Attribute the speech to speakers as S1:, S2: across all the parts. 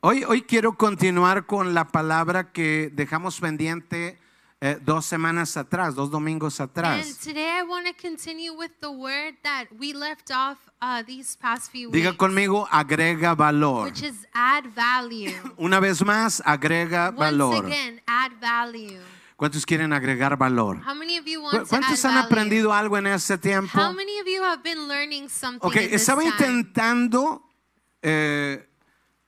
S1: Hoy, hoy quiero continuar con la palabra que dejamos pendiente eh, dos semanas atrás, dos domingos
S2: And
S1: atrás.
S2: today I want to continue with the word that we left off uh, these past few
S1: Diga
S2: weeks,
S1: conmigo, agrega valor.
S2: which is add value.
S1: Una vez más, agrega
S2: Once
S1: valor.
S2: again, add value.
S1: ¿Cuántos quieren agregar valor?
S2: How many of you
S1: ¿Cu-
S2: want to add
S1: ¿Cuántos han
S2: value?
S1: aprendido algo en este tiempo?
S2: How many of you have been learning something
S1: Ok,
S2: in this
S1: estaba
S2: time?
S1: intentando eh,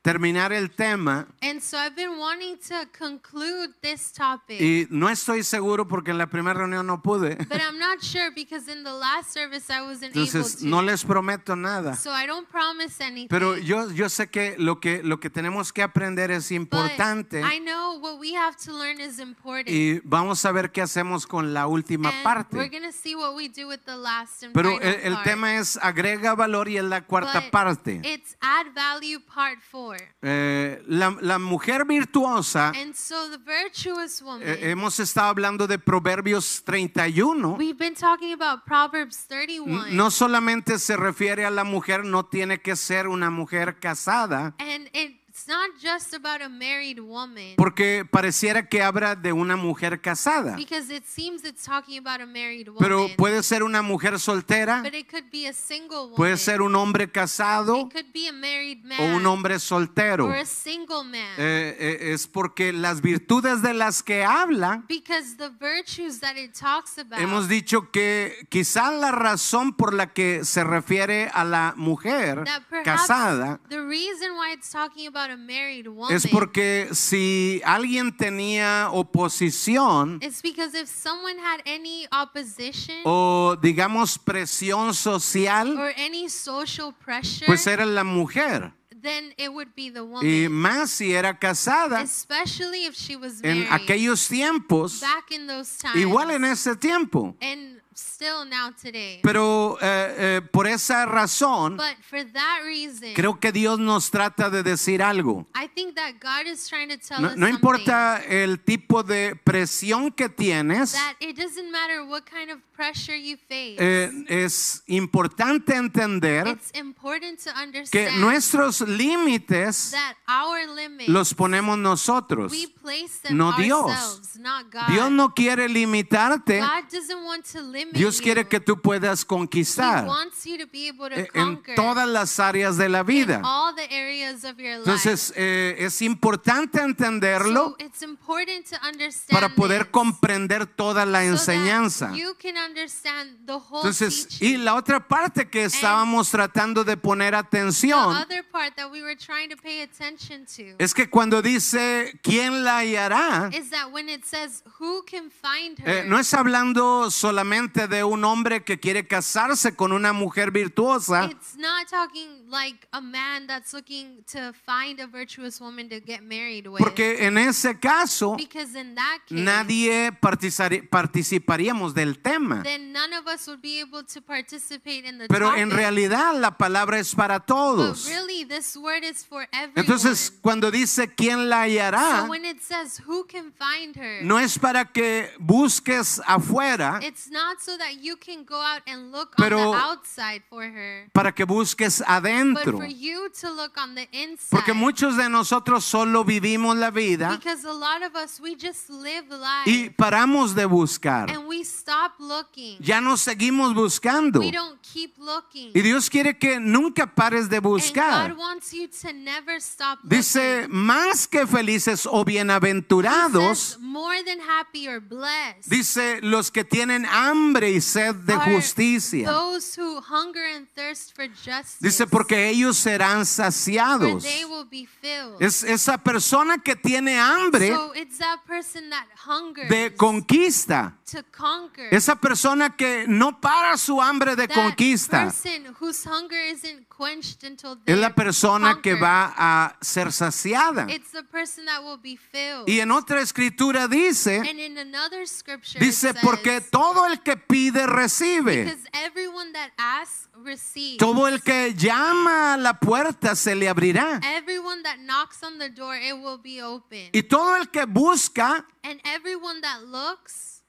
S1: terminar el tema
S2: And so I've been wanting to conclude this topic,
S1: y no estoy seguro porque en la primera reunión no pude.
S2: but I'm not sure because in the last service I wasn't
S1: Entonces, no
S2: able to.
S1: les prometo nada.
S2: so I don't promise anything.
S1: Pero yo, yo sé que lo, que lo que tenemos que aprender es
S2: but
S1: importante
S2: I know what we have to learn is important.
S1: y vamos a ver qué hacemos con la última
S2: And We're
S1: parte.
S2: gonna see what we do with the last and
S1: Pero
S2: final
S1: el, el
S2: part.
S1: tema es agrega valor y es la cuarta
S2: But
S1: parte.
S2: It's add value part four.
S1: Eh, la, la mujer virtuosa,
S2: And so the virtuous woman.
S1: eh, hemos estado hablando de Proverbios 31.
S2: we've been talking about Proverbs 31.
S1: No solamente se refiere a la mujer, no tiene que ser una mujer casada,
S2: and it's not just about a married woman.
S1: porque pareciera que habla de una mujer casada,
S2: because it seems it's talking about a married woman.
S1: pero puede ser una mujer soltera,
S2: but it could be a single woman.
S1: puede ser un hombre casado
S2: it could be a married
S1: o
S2: man.
S1: un hombre soltero.
S2: or a single man.
S1: Eh, eh, es porque las virtudes de las que habla,
S2: because the virtues that it talks about.
S1: hemos dicho que quizá la razón por la que se refiere a la mujer
S2: that perhaps
S1: casada
S2: the reason why it's talking about a married woman
S1: es porque si alguien tenía oposición,
S2: is because if someone had any opposition
S1: o digamos presión social,
S2: or any social pressure,
S1: Oh. pues era la mujer.
S2: then it would be the
S1: Y
S2: woman,
S1: más si era casada
S2: especially if she was
S1: en
S2: married
S1: aquellos tiempos,
S2: back in those times,
S1: igual en ese tiempo.
S2: and still now today.
S1: Pero eh, eh, por esa razón,
S2: but for that reason,
S1: creo que Dios nos trata de decir algo.
S2: I think that God is trying to tell
S1: No,
S2: us
S1: no
S2: something,
S1: importa el tipo de presión que tienes,
S2: that it doesn't matter what kind of pressure you face.
S1: eh, es importante entender
S2: it's important to
S1: que
S2: understand
S1: nuestros límites
S2: that our limits
S1: los ponemos nosotros.
S2: We place them
S1: No Dios.
S2: ourselves, not God.
S1: Dios no quiere limitarte.
S2: God doesn't want to limit
S1: Dios quiere
S2: you.
S1: que tú puedas conquistar
S2: He wants you to be able to
S1: eh, en
S2: conquer
S1: todas las áreas de la
S2: in
S1: vida.
S2: all the areas of your
S1: Entonces eh, es importante
S2: life.
S1: entenderlo
S2: so it's important to understand
S1: para poder
S2: this,
S1: comprender toda la
S2: so that
S1: enseñanza.
S2: You can understand the whole
S1: Entonces, y
S2: teaching.
S1: la otra parte que estábamos tratando de poner
S2: the
S1: atención
S2: other part that we were trying to pay attention to
S1: es que cuando dice, ¿quién la hallará?
S2: is that when it says who can find
S1: Eh,
S2: her,
S1: no es hablando solamente de un hombre que quiere casarse con una mujer virtuosa,
S2: it's not talking like a man that's looking to find a virtuous woman to get married with.
S1: porque en ese caso
S2: Because in that case,
S1: nadie participari- participaríamos del tema.
S2: then none of us would be able to participate in the
S1: Pero
S2: topic.
S1: en realidad la palabra es para
S2: but
S1: todos.
S2: really, this word is for everyone.
S1: Entonces, cuando dice quién la hallará,
S2: so when it says who can find her,
S1: no es para que busques afuera,
S2: it's not so that you can go out and look
S1: Pero-
S2: on the outside for her,
S1: para que busques
S2: but
S1: adentro.
S2: for you to look on the inside.
S1: Porque muchos de nosotros solo vivimos la vida
S2: because a lot of us, we just live life
S1: y paramos de buscar.
S2: and we stop looking.
S1: Ya no seguimos buscando.
S2: we don't keep looking.
S1: Y Dios quiere que nunca pares de
S2: and God
S1: buscar.
S2: wants you to never stop looking.
S1: Dice, más que felices o bienaventurados,
S2: says, more than happy or blessed
S1: Dice los que tienen hambre y sed de
S2: are
S1: justicia.
S2: those who hunger and thirst for justice
S1: Dice porque ellos serán
S2: for
S1: saciados.
S2: they will be filled
S1: Es esa persona que tiene hambre
S2: so it's that person that hungers
S1: de conquista.
S2: to conquer
S1: Esa persona que no para su hambre de
S2: that
S1: conquista.
S2: person whose hunger isn't quenched until
S1: Es
S2: they're
S1: la persona que
S2: conquered.
S1: va a ser saciada.
S2: it's the person that will be filled
S1: Y en otra escritura dice,
S2: and in another scripture it
S1: dice porque
S2: says,
S1: todo el que pide recibe.
S2: because everyone that asks receives
S1: Eh. Todo el que llama a la puerta se le abrirá.
S2: everyone that knocks on the door it will be open
S1: Y todo el que busca
S2: And everyone that looks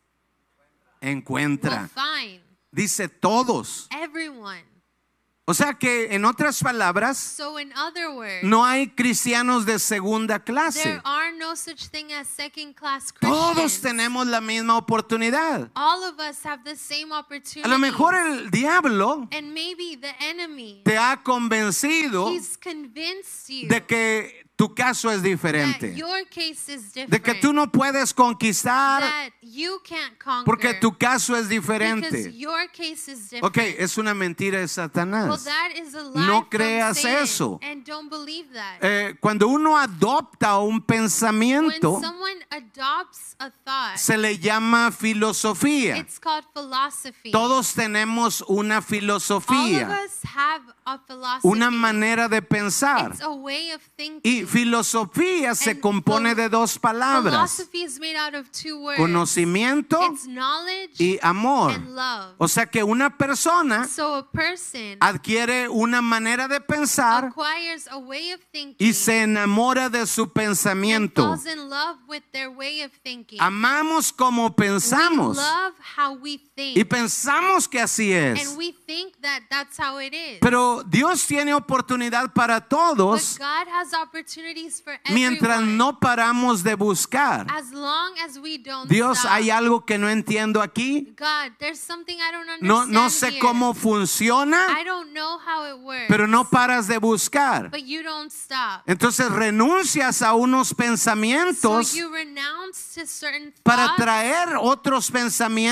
S1: encuentra.
S2: will find.
S1: Dice todos.
S2: Everyone.
S1: O O sea que, en otras palabras,
S2: So, in other words,
S1: no hay cristianos de segunda clase.
S2: there are no such thing as second class
S1: Todos
S2: Christians.
S1: tenemos la misma oportunidad.
S2: All of us have the same opportunity.
S1: A lo mejor el diablo
S2: and maybe the enemy,
S1: te ha convencido
S2: he's convinced you
S1: de que tu caso es
S2: that
S1: diferente,
S2: your case is different.
S1: de que tú no puedes conquistar
S2: that you can't conquer
S1: porque tu caso es
S2: because
S1: diferente.
S2: your case is different.
S1: Ok, es una mentira de
S2: Well,
S1: Satanás.
S2: that is a lie
S1: No
S2: from
S1: creas
S2: Satan,
S1: eso.
S2: And don't believe that.
S1: Eh, cuando uno adopta un
S2: when
S1: pensamiento,
S2: someone adopts a thought,
S1: se le llama filosofía.
S2: it's called philosophy.
S1: Todos tenemos una
S2: All of
S1: filosofía,
S2: us have a philosophy.
S1: una manera de pensar.
S2: It's a way of thinking.
S1: Y filosofía se
S2: And
S1: compone
S2: phil-
S1: de dos palabras,
S2: Philosophy is made out of two words.
S1: conocimiento
S2: It's knowledge
S1: y amor.
S2: and love.
S1: O sea que una persona
S2: So a person
S1: adquiere una manera de pensar
S2: acquires a way of thinking
S1: y se enamora de su
S2: and
S1: pensamiento.
S2: falls in love with their way of thinking.
S1: Amamos como
S2: we
S1: pensamos
S2: love how we think.
S1: y pensamos que así es.
S2: And we think that that's how it is.
S1: Pero Dios tiene oportunidad para
S2: but
S1: todos
S2: God has opportunities for
S1: mientras
S2: everyone.
S1: no paramos de buscar.
S2: as long as we don't
S1: Dios,
S2: stop.
S1: hay algo que no entiendo aquí.
S2: God, there's something I don't understand
S1: No, no sé
S2: here.
S1: cómo funciona,
S2: I don't know how it works.
S1: pero no paras de buscar.
S2: but you don't stop.
S1: Entonces renuncias a unos
S2: so
S1: pensamientos
S2: you renounce to certain
S1: para
S2: thoughts
S1: traer otros
S2: Ah. so that you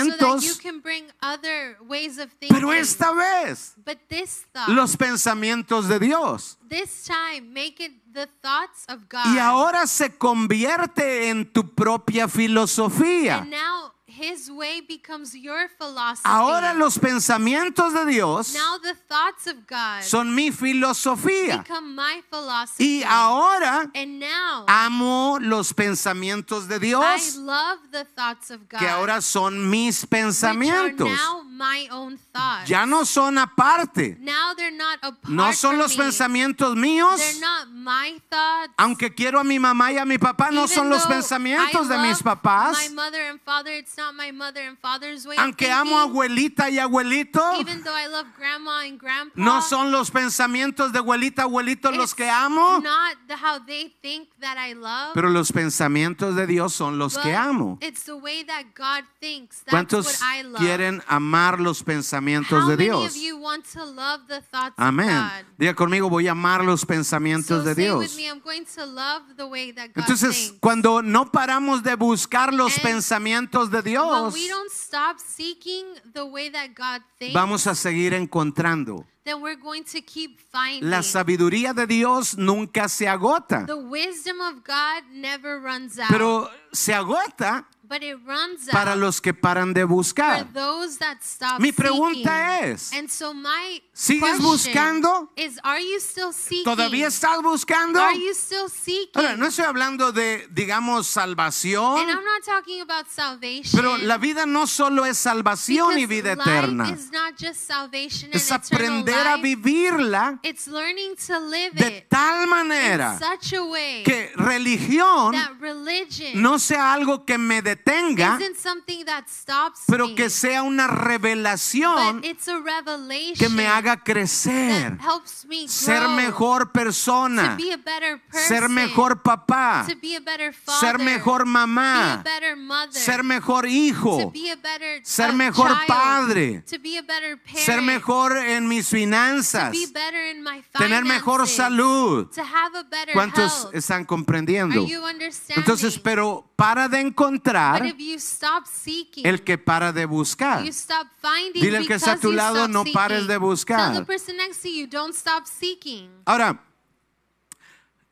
S1: pensamientos,
S2: can bring other ways of thinking.
S1: pero esta vez
S2: but this thought,
S1: los pensamientos de Dios.
S2: this time, make it the thoughts of God.
S1: Y ahora se convierte en tu propia filosofía.
S2: and now His way becomes your philosophy.
S1: Ahora los pensamientos de Dios
S2: now the thoughts of God
S1: son mi filosofía.
S2: become my philosophy.
S1: Y ahora
S2: and now
S1: amo los pensamientos de
S2: I
S1: Dios,
S2: love the thoughts of God.
S1: que ahora son mis
S2: which are
S1: pensamientos.
S2: now my own thoughts.
S1: Ya no son aparte.
S2: now they're not apart
S1: No son
S2: from
S1: los
S2: me.
S1: pensamientos míos.
S2: They're not my thoughts.
S1: Aunque quiero a mi mamá y a mi papá, no
S2: Even
S1: son los
S2: though
S1: pensamientos
S2: I
S1: de mis
S2: love My
S1: papás.
S2: mother and father, it's not my mother and father's way. of
S1: Aunque amo a
S2: thinking.
S1: abuelita y abuelito,
S2: Even though I love grandma and grandpa.
S1: no son los pensamientos de abuelita, abuelito los
S2: it's
S1: que amo,
S2: Not the, how they think that I love.
S1: pero los pensamientos de Dios son los
S2: but
S1: que amo.
S2: It's the way that God thinks. That's what
S1: ¿Cuántos
S2: I love.
S1: quieren amar los pensamientos
S2: How
S1: de
S2: many
S1: Dios?
S2: of you want to love the thoughts
S1: Amén.
S2: of God?
S1: Diga conmigo, voy a amar los pensamientos
S2: So
S1: de
S2: say with
S1: Dios.
S2: me, I'm going to love the way that God
S1: Entonces,
S2: thinks.
S1: cuando no paramos de buscar los
S2: And
S1: pensamientos de
S2: When
S1: Dios,
S2: we don't stop seeking the way that God thinks,
S1: vamos a seguir encontrando.
S2: then we're going to keep finding.
S1: La sabiduría de Dios nunca se agota,
S2: the wisdom of God never runs out,
S1: pero se agota
S2: but it runs
S1: para
S2: out
S1: los que paran de
S2: for
S1: buscar.
S2: those that stop
S1: Mi
S2: seeking.
S1: pregunta es,
S2: and so my
S1: ¿sigues
S2: question
S1: buscando?
S2: is, are you still seeking?
S1: ¿Todavía estás buscando?
S2: Are you still seeking?
S1: Ahora, no estoy hablando de, digamos,
S2: and I'm
S1: salvación,
S2: not talking about salvation.
S1: pero la vida no solo es salvación
S2: because
S1: y vida
S2: life
S1: eterna,
S2: is not just salvation
S1: es
S2: and eternal
S1: aprender a
S2: life.
S1: vivirla
S2: It's learning to live
S1: de
S2: it
S1: tal
S2: in
S1: manera
S2: such a way
S1: que religión
S2: that religion
S1: no sea algo que me detenga,
S2: isn't something that stops
S1: pero
S2: me,
S1: que sea una revelación
S2: but it's a revelation
S1: que me haga
S2: that
S1: crecer,
S2: helps me
S1: ser
S2: grow,
S1: mejor
S2: to
S1: persona,
S2: be a better person,
S1: ser mejor papá,
S2: to be a better father,
S1: ser mejor
S2: be a
S1: mamá,
S2: better mother,
S1: ser mejor
S2: to
S1: hijo,
S2: be a better
S1: ser
S2: uh,
S1: mejor
S2: child,
S1: padre,
S2: to be a better parent,
S1: ser mejor en mis finanzas,
S2: be better in my
S1: tener mejor
S2: finances,
S1: salud.
S2: to have a better
S1: ¿Cuántos
S2: health.
S1: están
S2: Are
S1: comprendiendo?
S2: you understanding?
S1: Entonces, pero para de encontrar
S2: But if you stop seeking,
S1: el que para de buscar.
S2: you stop finding
S1: Dile al que está a
S2: because
S1: tu
S2: you
S1: lado,
S2: stop
S1: no pares
S2: seeking.
S1: de buscar.
S2: Tell the person next to you, don't stop seeking.
S1: Ahora,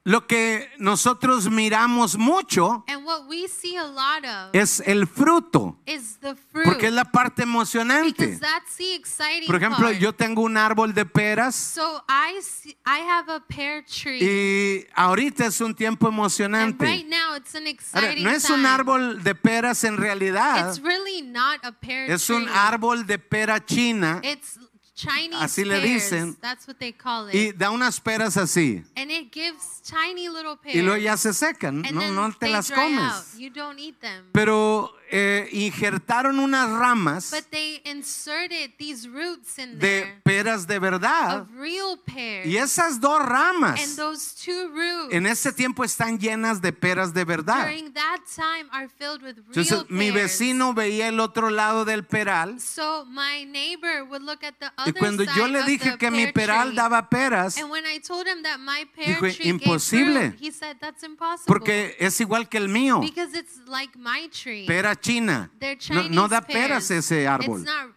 S1: lo que nosotros miramos mucho
S2: And what we see a lot of
S1: es el fruto,
S2: is the fruit.
S1: porque es la parte
S2: because
S1: emocionante.
S2: that's the exciting
S1: Por ejemplo,
S2: part.
S1: yo tengo un árbol de peras
S2: so I see, I have a pear tree.
S1: y ahorita es un tiempo
S2: and right
S1: emocionante.
S2: now it's an
S1: Ahora,
S2: exciting
S1: no es un
S2: time.
S1: árbol de peras en realidad,
S2: It's really not a pear
S1: es
S2: tree.
S1: un árbol de pera china
S2: It's Chinese
S1: Así le
S2: pears.
S1: dicen.
S2: That's what they call it.
S1: y da unas peras así
S2: and it gives tiny little pears.
S1: y luego ya se secan,
S2: and
S1: no,
S2: then
S1: no te
S2: they
S1: las
S2: dry out.
S1: comes.
S2: You don't eat them.
S1: Pero eh, injertaron unas ramas
S2: But they inserted these roots in
S1: de
S2: there
S1: peras de verdad.
S2: of real pears.
S1: Y esas dos
S2: and
S1: ramas
S2: those two roots
S1: en ese tiempo están llenas de peras de verdad.
S2: during that time are filled with real
S1: Entonces mi
S2: pears.
S1: vecino veía el otro lado del peral
S2: so my neighbor would look at the
S1: y
S2: other
S1: cuando
S2: side
S1: yo le
S2: of
S1: dije
S2: the
S1: que mi
S2: pear
S1: peral
S2: tree,
S1: daba peras,
S2: and when I told him that my pear
S1: Dijo,
S2: tree
S1: "Imposible."
S2: gave fruit, he said that's impossible
S1: porque es igual que el mío,
S2: because it's like my tree.
S1: pera china,
S2: They're
S1: no,
S2: Chinese
S1: no da
S2: pears.
S1: peras ese árbol.
S2: It's not,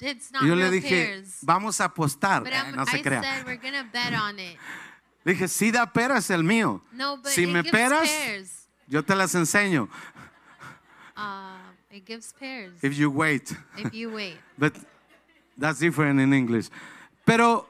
S2: it's not
S1: Y yo
S2: real
S1: le dije,
S2: pears.
S1: vamos a apostar,
S2: But
S1: Ah,
S2: I'm,
S1: no
S2: I
S1: se crea.
S2: said we're gonna bet on it.
S1: Le dije, sí da peras el mío,
S2: No, but
S1: si
S2: it
S1: me
S2: gives
S1: peras,
S2: pears.
S1: yo te las enseño,
S2: Uh, it gives pears
S1: if you wait.
S2: if you wait.
S1: But that's different in English. Pero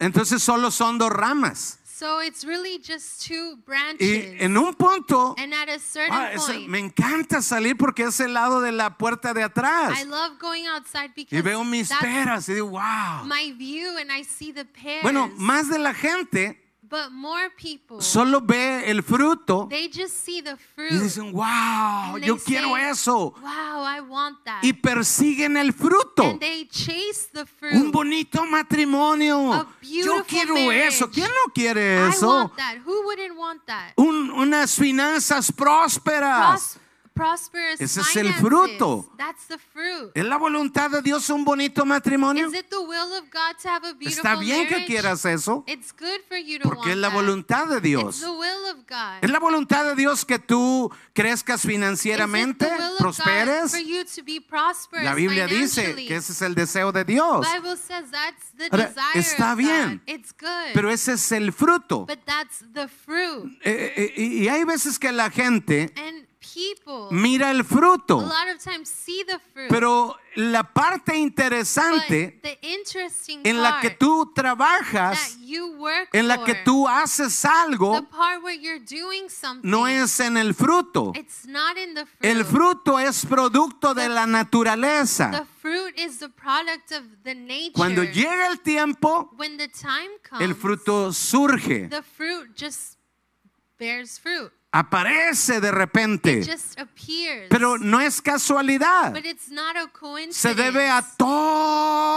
S1: entonces solo son dos ramas.
S2: So it's really just two branches.
S1: Y en un punto,
S2: and at a certain
S1: ah, ese-
S2: point,
S1: me encanta salir porque es el lado de la puerta de
S2: I
S1: atrás.
S2: love going outside
S1: Y
S2: because
S1: veo mis
S2: that's
S1: peras y digo, wow.
S2: my view and I see the pears.
S1: Bueno, más de la gente
S2: but more people,
S1: solo ve el fruto
S2: they just see the fruit.
S1: y dicen, wow,
S2: and
S1: yo
S2: they
S1: quiero
S2: say,
S1: eso.
S2: Wow, I want that.
S1: Y persiguen el fruto.
S2: and they chase the fruit.
S1: Un bonito matrimonio.
S2: A
S1: Yo
S2: beautiful
S1: quiero
S2: marriage.
S1: eso. ¿Quién no quiere
S2: I
S1: eso?
S2: want that. Who wouldn't want that?
S1: Un- unas finanzas prósperas.
S2: Pros- prosperous
S1: Ese es el
S2: finances.
S1: fruto.
S2: That's the fruit.
S1: ¿Es la voluntad de Dios un bonito matrimonio?
S2: Is it the will of God to have a beautiful
S1: Está bien que
S2: marriage?
S1: quieras eso,
S2: It's good for you to
S1: porque
S2: want
S1: es la
S2: that.
S1: voluntad de
S2: It's
S1: Dios.
S2: the will of God.
S1: ¿Es la voluntad de Dios que tú crezcas
S2: Is it the
S1: financieramente,
S2: will of God
S1: prosperes?
S2: for you to be prosperous
S1: La Biblia dice
S2: financially?
S1: que ese es el deseo de Dios,
S2: Bible says that's the
S1: Ahora,
S2: desire
S1: está
S2: of
S1: bien,
S2: God. It's good.
S1: pero ese es el fruto.
S2: but that's the fruit.
S1: Eh, eh, y y hay veces que la gente
S2: And people
S1: mira el
S2: a
S1: fruto,
S2: lot of times see the fruit.
S1: pero la parte
S2: but
S1: interesante
S2: the interesting
S1: en la que
S2: part
S1: tú
S2: that
S1: trabajas,
S2: you work
S1: en la
S2: for,
S1: que tú haces algo,
S2: the part where you're doing something,
S1: no es en el fruto.
S2: it's not in the fruit.
S1: El fruto es producto de la
S2: the
S1: naturaleza.
S2: fruit is the product of the nature.
S1: Cuando llega el tiempo,
S2: when the time comes,
S1: el fruto surge,
S2: the fruit just bears fruit.
S1: aparece de repente.
S2: just appears.
S1: Pero no es casualidad.
S2: but it's not a coincidence.
S1: Se debe a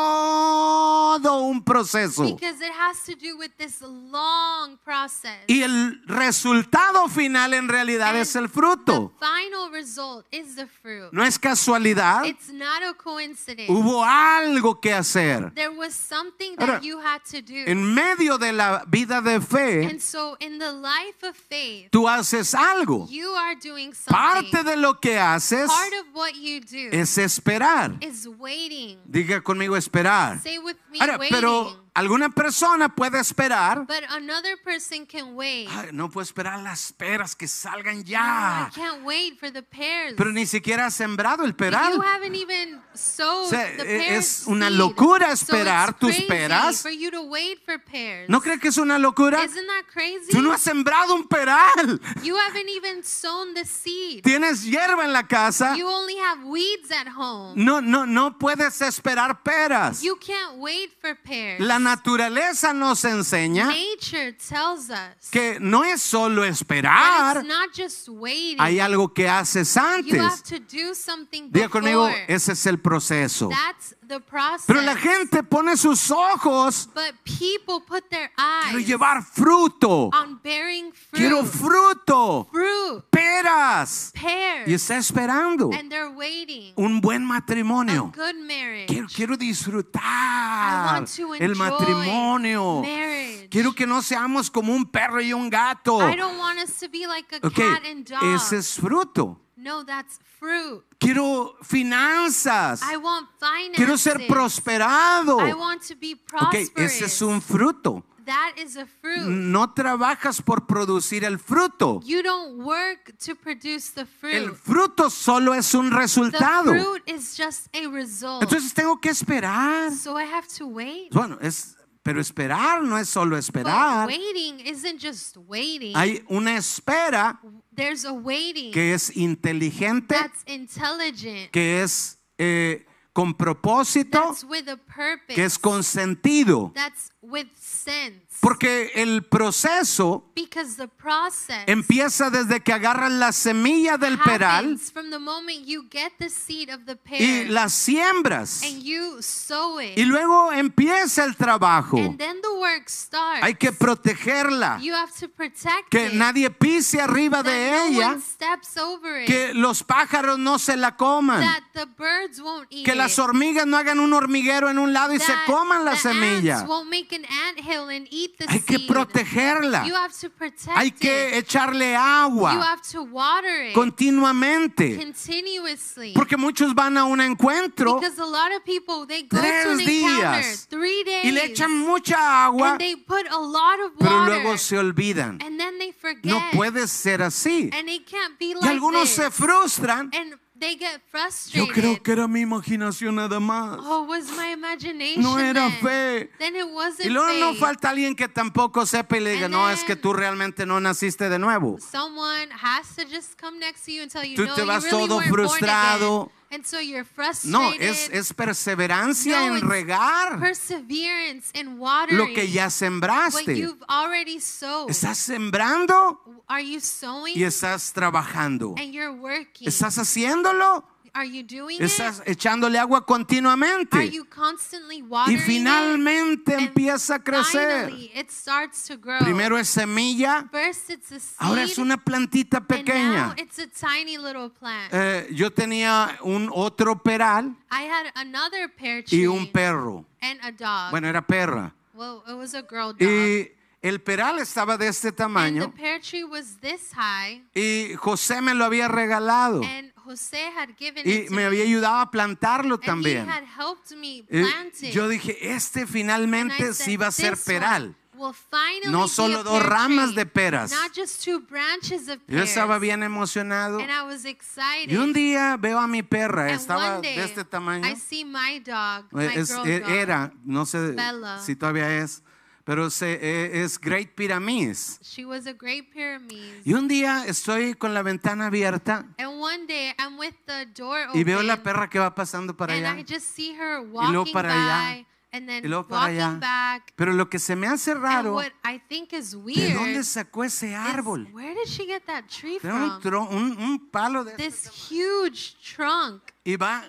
S1: todo un proceso.
S2: because it has to do with this long process.
S1: Y el resultado final en realidad
S2: And
S1: es el
S2: The
S1: fruto.
S2: final result is the fruit.
S1: No es casualidad.
S2: It's not a coincidence.
S1: Hubo algo que hacer.
S2: There was something that
S1: Ahora,
S2: you had to do.
S1: En medio de la vida de fe,
S2: and so in the life of faith,
S1: tú haces algo.
S2: you are doing something.
S1: Parte de lo que haces
S2: Part of what you do
S1: es esperar.
S2: is waiting.
S1: Diga conmigo esperar.
S2: Say with me,
S1: Ahora,
S2: waiting.
S1: pero alguna persona puede esperar.
S2: but another person can wait.
S1: Ay, no puedo esperar las peras que salgan
S2: No, I
S1: Ah, ya.
S2: can't wait for the pears.
S1: Pero ni siquiera ha sembrado el
S2: If
S1: peral.
S2: You haven't even sowed
S1: O sea,
S2: the
S1: e-
S2: pear's
S1: es una
S2: seed.
S1: locura
S2: So
S1: esperar
S2: it's
S1: tus
S2: crazy
S1: peras.
S2: For you to wait for pears.
S1: ¿No cree que es una locura?
S2: Isn't that crazy?
S1: Tú no has sembrado un peral.
S2: You haven't even sown the seed.
S1: Tienes hierba en la casa.
S2: You only have weeds at home.
S1: No, no, no puedes esperar peras.
S2: You can't wait for pears.
S1: La naturaleza nos enseña
S2: Nature tells us
S1: que no es solo
S2: that
S1: esperar.
S2: it's not just waiting.
S1: Hay algo que haces
S2: you have
S1: antes.
S2: to do something
S1: Diga
S2: before.
S1: conmigo, ese es el proceso.
S2: That's the process.
S1: Pero la gente pone sus ojos.
S2: but people put their
S1: Quiero
S2: eyes
S1: llevar fruto.
S2: on bearing fruit.
S1: Quiero fruto.
S2: fruit,
S1: Peras.
S2: pears.
S1: Y está esperando
S2: and they're waiting.
S1: un buen
S2: A
S1: matrimonio.
S2: good marriage.
S1: Quiero, quiero disfrutar
S2: I want to
S1: el
S2: enjoy
S1: matrimonio.
S2: marriage.
S1: Quiero que no seamos como un perro y un gato.
S2: I don't want us to be like a
S1: Ok,
S2: cat and dog.
S1: ese es fruto.
S2: no, that's fruit.
S1: Quiero finanzas.
S2: I want finances.
S1: Quiero ser prosperado.
S2: I want to be
S1: Ok,
S2: prosperous.
S1: ese es un fruto.
S2: that is a fruit.
S1: No trabajas por producir el fruto.
S2: You don't work to produce the fruit.
S1: El fruto solo es un
S2: the
S1: resultado.
S2: fruit is just a result.
S1: Entonces tengo que esperar.
S2: so I have to wait.
S1: Bueno, es, pero esperar no es solo
S2: But
S1: esperar.
S2: waiting isn't just waiting.
S1: Hay una espera
S2: There's a waiting
S1: que es inteligente,
S2: that's intelligent.
S1: que es eh, con propósito,
S2: That's with a purpose.
S1: que es con sentido.
S2: That's with sense.
S1: Porque el proceso
S2: because the process
S1: empieza desde que agarran la semilla del peral
S2: happens from the moment you get the seed of the pear
S1: y las siembras.
S2: and you sow it.
S1: Y luego empieza el trabajo.
S2: and then the work starts.
S1: Hay que protegerla,
S2: you have to protect
S1: que
S2: it.
S1: nadie pise arriba
S2: that
S1: de
S2: no
S1: ella,
S2: one steps over it.
S1: que los pájaros no se la coman,
S2: that the birds won't eat
S1: que las
S2: it.
S1: hormigas no hagan un hormiguero en un lado y se
S2: that
S1: coman la
S2: the
S1: semilla.
S2: ants won't make an anthill and eat the
S1: Hay que
S2: seed.
S1: protegerla,
S2: You have to protect
S1: hay que
S2: it.
S1: echarle
S2: You
S1: agua
S2: have to water it
S1: continuamente,
S2: continuously.
S1: porque muchos van a un encuentro
S2: because a lot of people they go to
S1: Tres
S2: an encounter
S1: días.
S2: three days
S1: y le echan mucha agua,
S2: and they put a lot of
S1: pero
S2: water
S1: luego se olvidan.
S2: and then they forget.
S1: No puede ser así.
S2: and it can't
S1: Y
S2: be like
S1: algunos
S2: this.
S1: se frustran.
S2: and they
S1: Yo
S2: get frustrated.
S1: creo que era mi imaginación nada más.
S2: oh, was my imagination.
S1: era
S2: then.
S1: fe.
S2: Then it wasn't
S1: Y luego no
S2: faith.
S1: falta alguien que tampoco sepa y le diga,
S2: And
S1: no, es que
S2: then-
S1: tú realmente no naciste de nuevo.
S2: Someone has to just come next to you and tell you,
S1: Tú
S2: no,
S1: te
S2: you
S1: vas
S2: really
S1: todo
S2: weren't born
S1: frustrado.
S2: again. And so you're frustrated.
S1: No, es, es perseverancia
S2: No,
S1: en
S2: it's
S1: regar
S2: perseverance in watering
S1: lo que ya
S2: what
S1: sembraste.
S2: you've already sown.
S1: Estás sembrando
S2: Are you sowing?
S1: y estás trabajando.
S2: And you're working.
S1: Estás haciéndolo,
S2: Are you doing
S1: estás
S2: it?
S1: echándole agua
S2: Are
S1: continuamente.
S2: you constantly watering
S1: Y finalmente
S2: it? And
S1: empieza a crecer.
S2: Finally, it starts to grow.
S1: Primero es semilla,
S2: First it's a seed.
S1: ahora es una plantita
S2: And
S1: pequeña.
S2: now it's a tiny little plant.
S1: Eh, yo tenía un otro peral
S2: I had another pear tree
S1: y un perro.
S2: and a dog.
S1: Bueno, era perra.
S2: well, it was a girl dog.
S1: Y el peral estaba de este
S2: And the
S1: tamaño
S2: pear tree was this high,
S1: y José me lo había regalado
S2: and Jose had given
S1: y
S2: it to
S1: me
S2: me,
S1: había ayudado a plantarlo
S2: and
S1: también.
S2: he had helped me
S1: Y
S2: plant it.
S1: yo dije, este
S2: And I
S1: finalmente
S2: said,
S1: sí va a ser
S2: "This
S1: peral.
S2: one will finally
S1: No
S2: be a
S1: solo dos
S2: pear
S1: ramas
S2: tree,
S1: de peras.
S2: Not just two branches of
S1: Yo estaba
S2: pears."
S1: bien emocionado.
S2: And I was excited.
S1: Y un día veo a mi perra,
S2: And
S1: estaba
S2: one day,
S1: de este tamaño.
S2: I see my dog, my
S1: Eh, es-
S2: girl
S1: e-
S2: dog.
S1: era, no sé
S2: Bella.
S1: si todavía es, pero se- eh, es Great Pyramids.
S2: She was a great pyramid.
S1: Y un día estoy con la ventana abierta
S2: And one day I'm with the door open,
S1: y veo la perra que va pasando para
S2: and I
S1: allá.
S2: just see her
S1: luego
S2: walking
S1: para allá,
S2: by, and then
S1: Y luego para
S2: walking
S1: allá.
S2: back,
S1: Pero lo que se me hace
S2: And
S1: raro,
S2: what I think is weird
S1: ¿de dónde sacó ese
S2: is
S1: árbol?
S2: where did she get that tree
S1: Era un,
S2: from?
S1: tro- un- un palo de este
S2: This
S1: tamaño.
S2: huge trunk,
S1: y va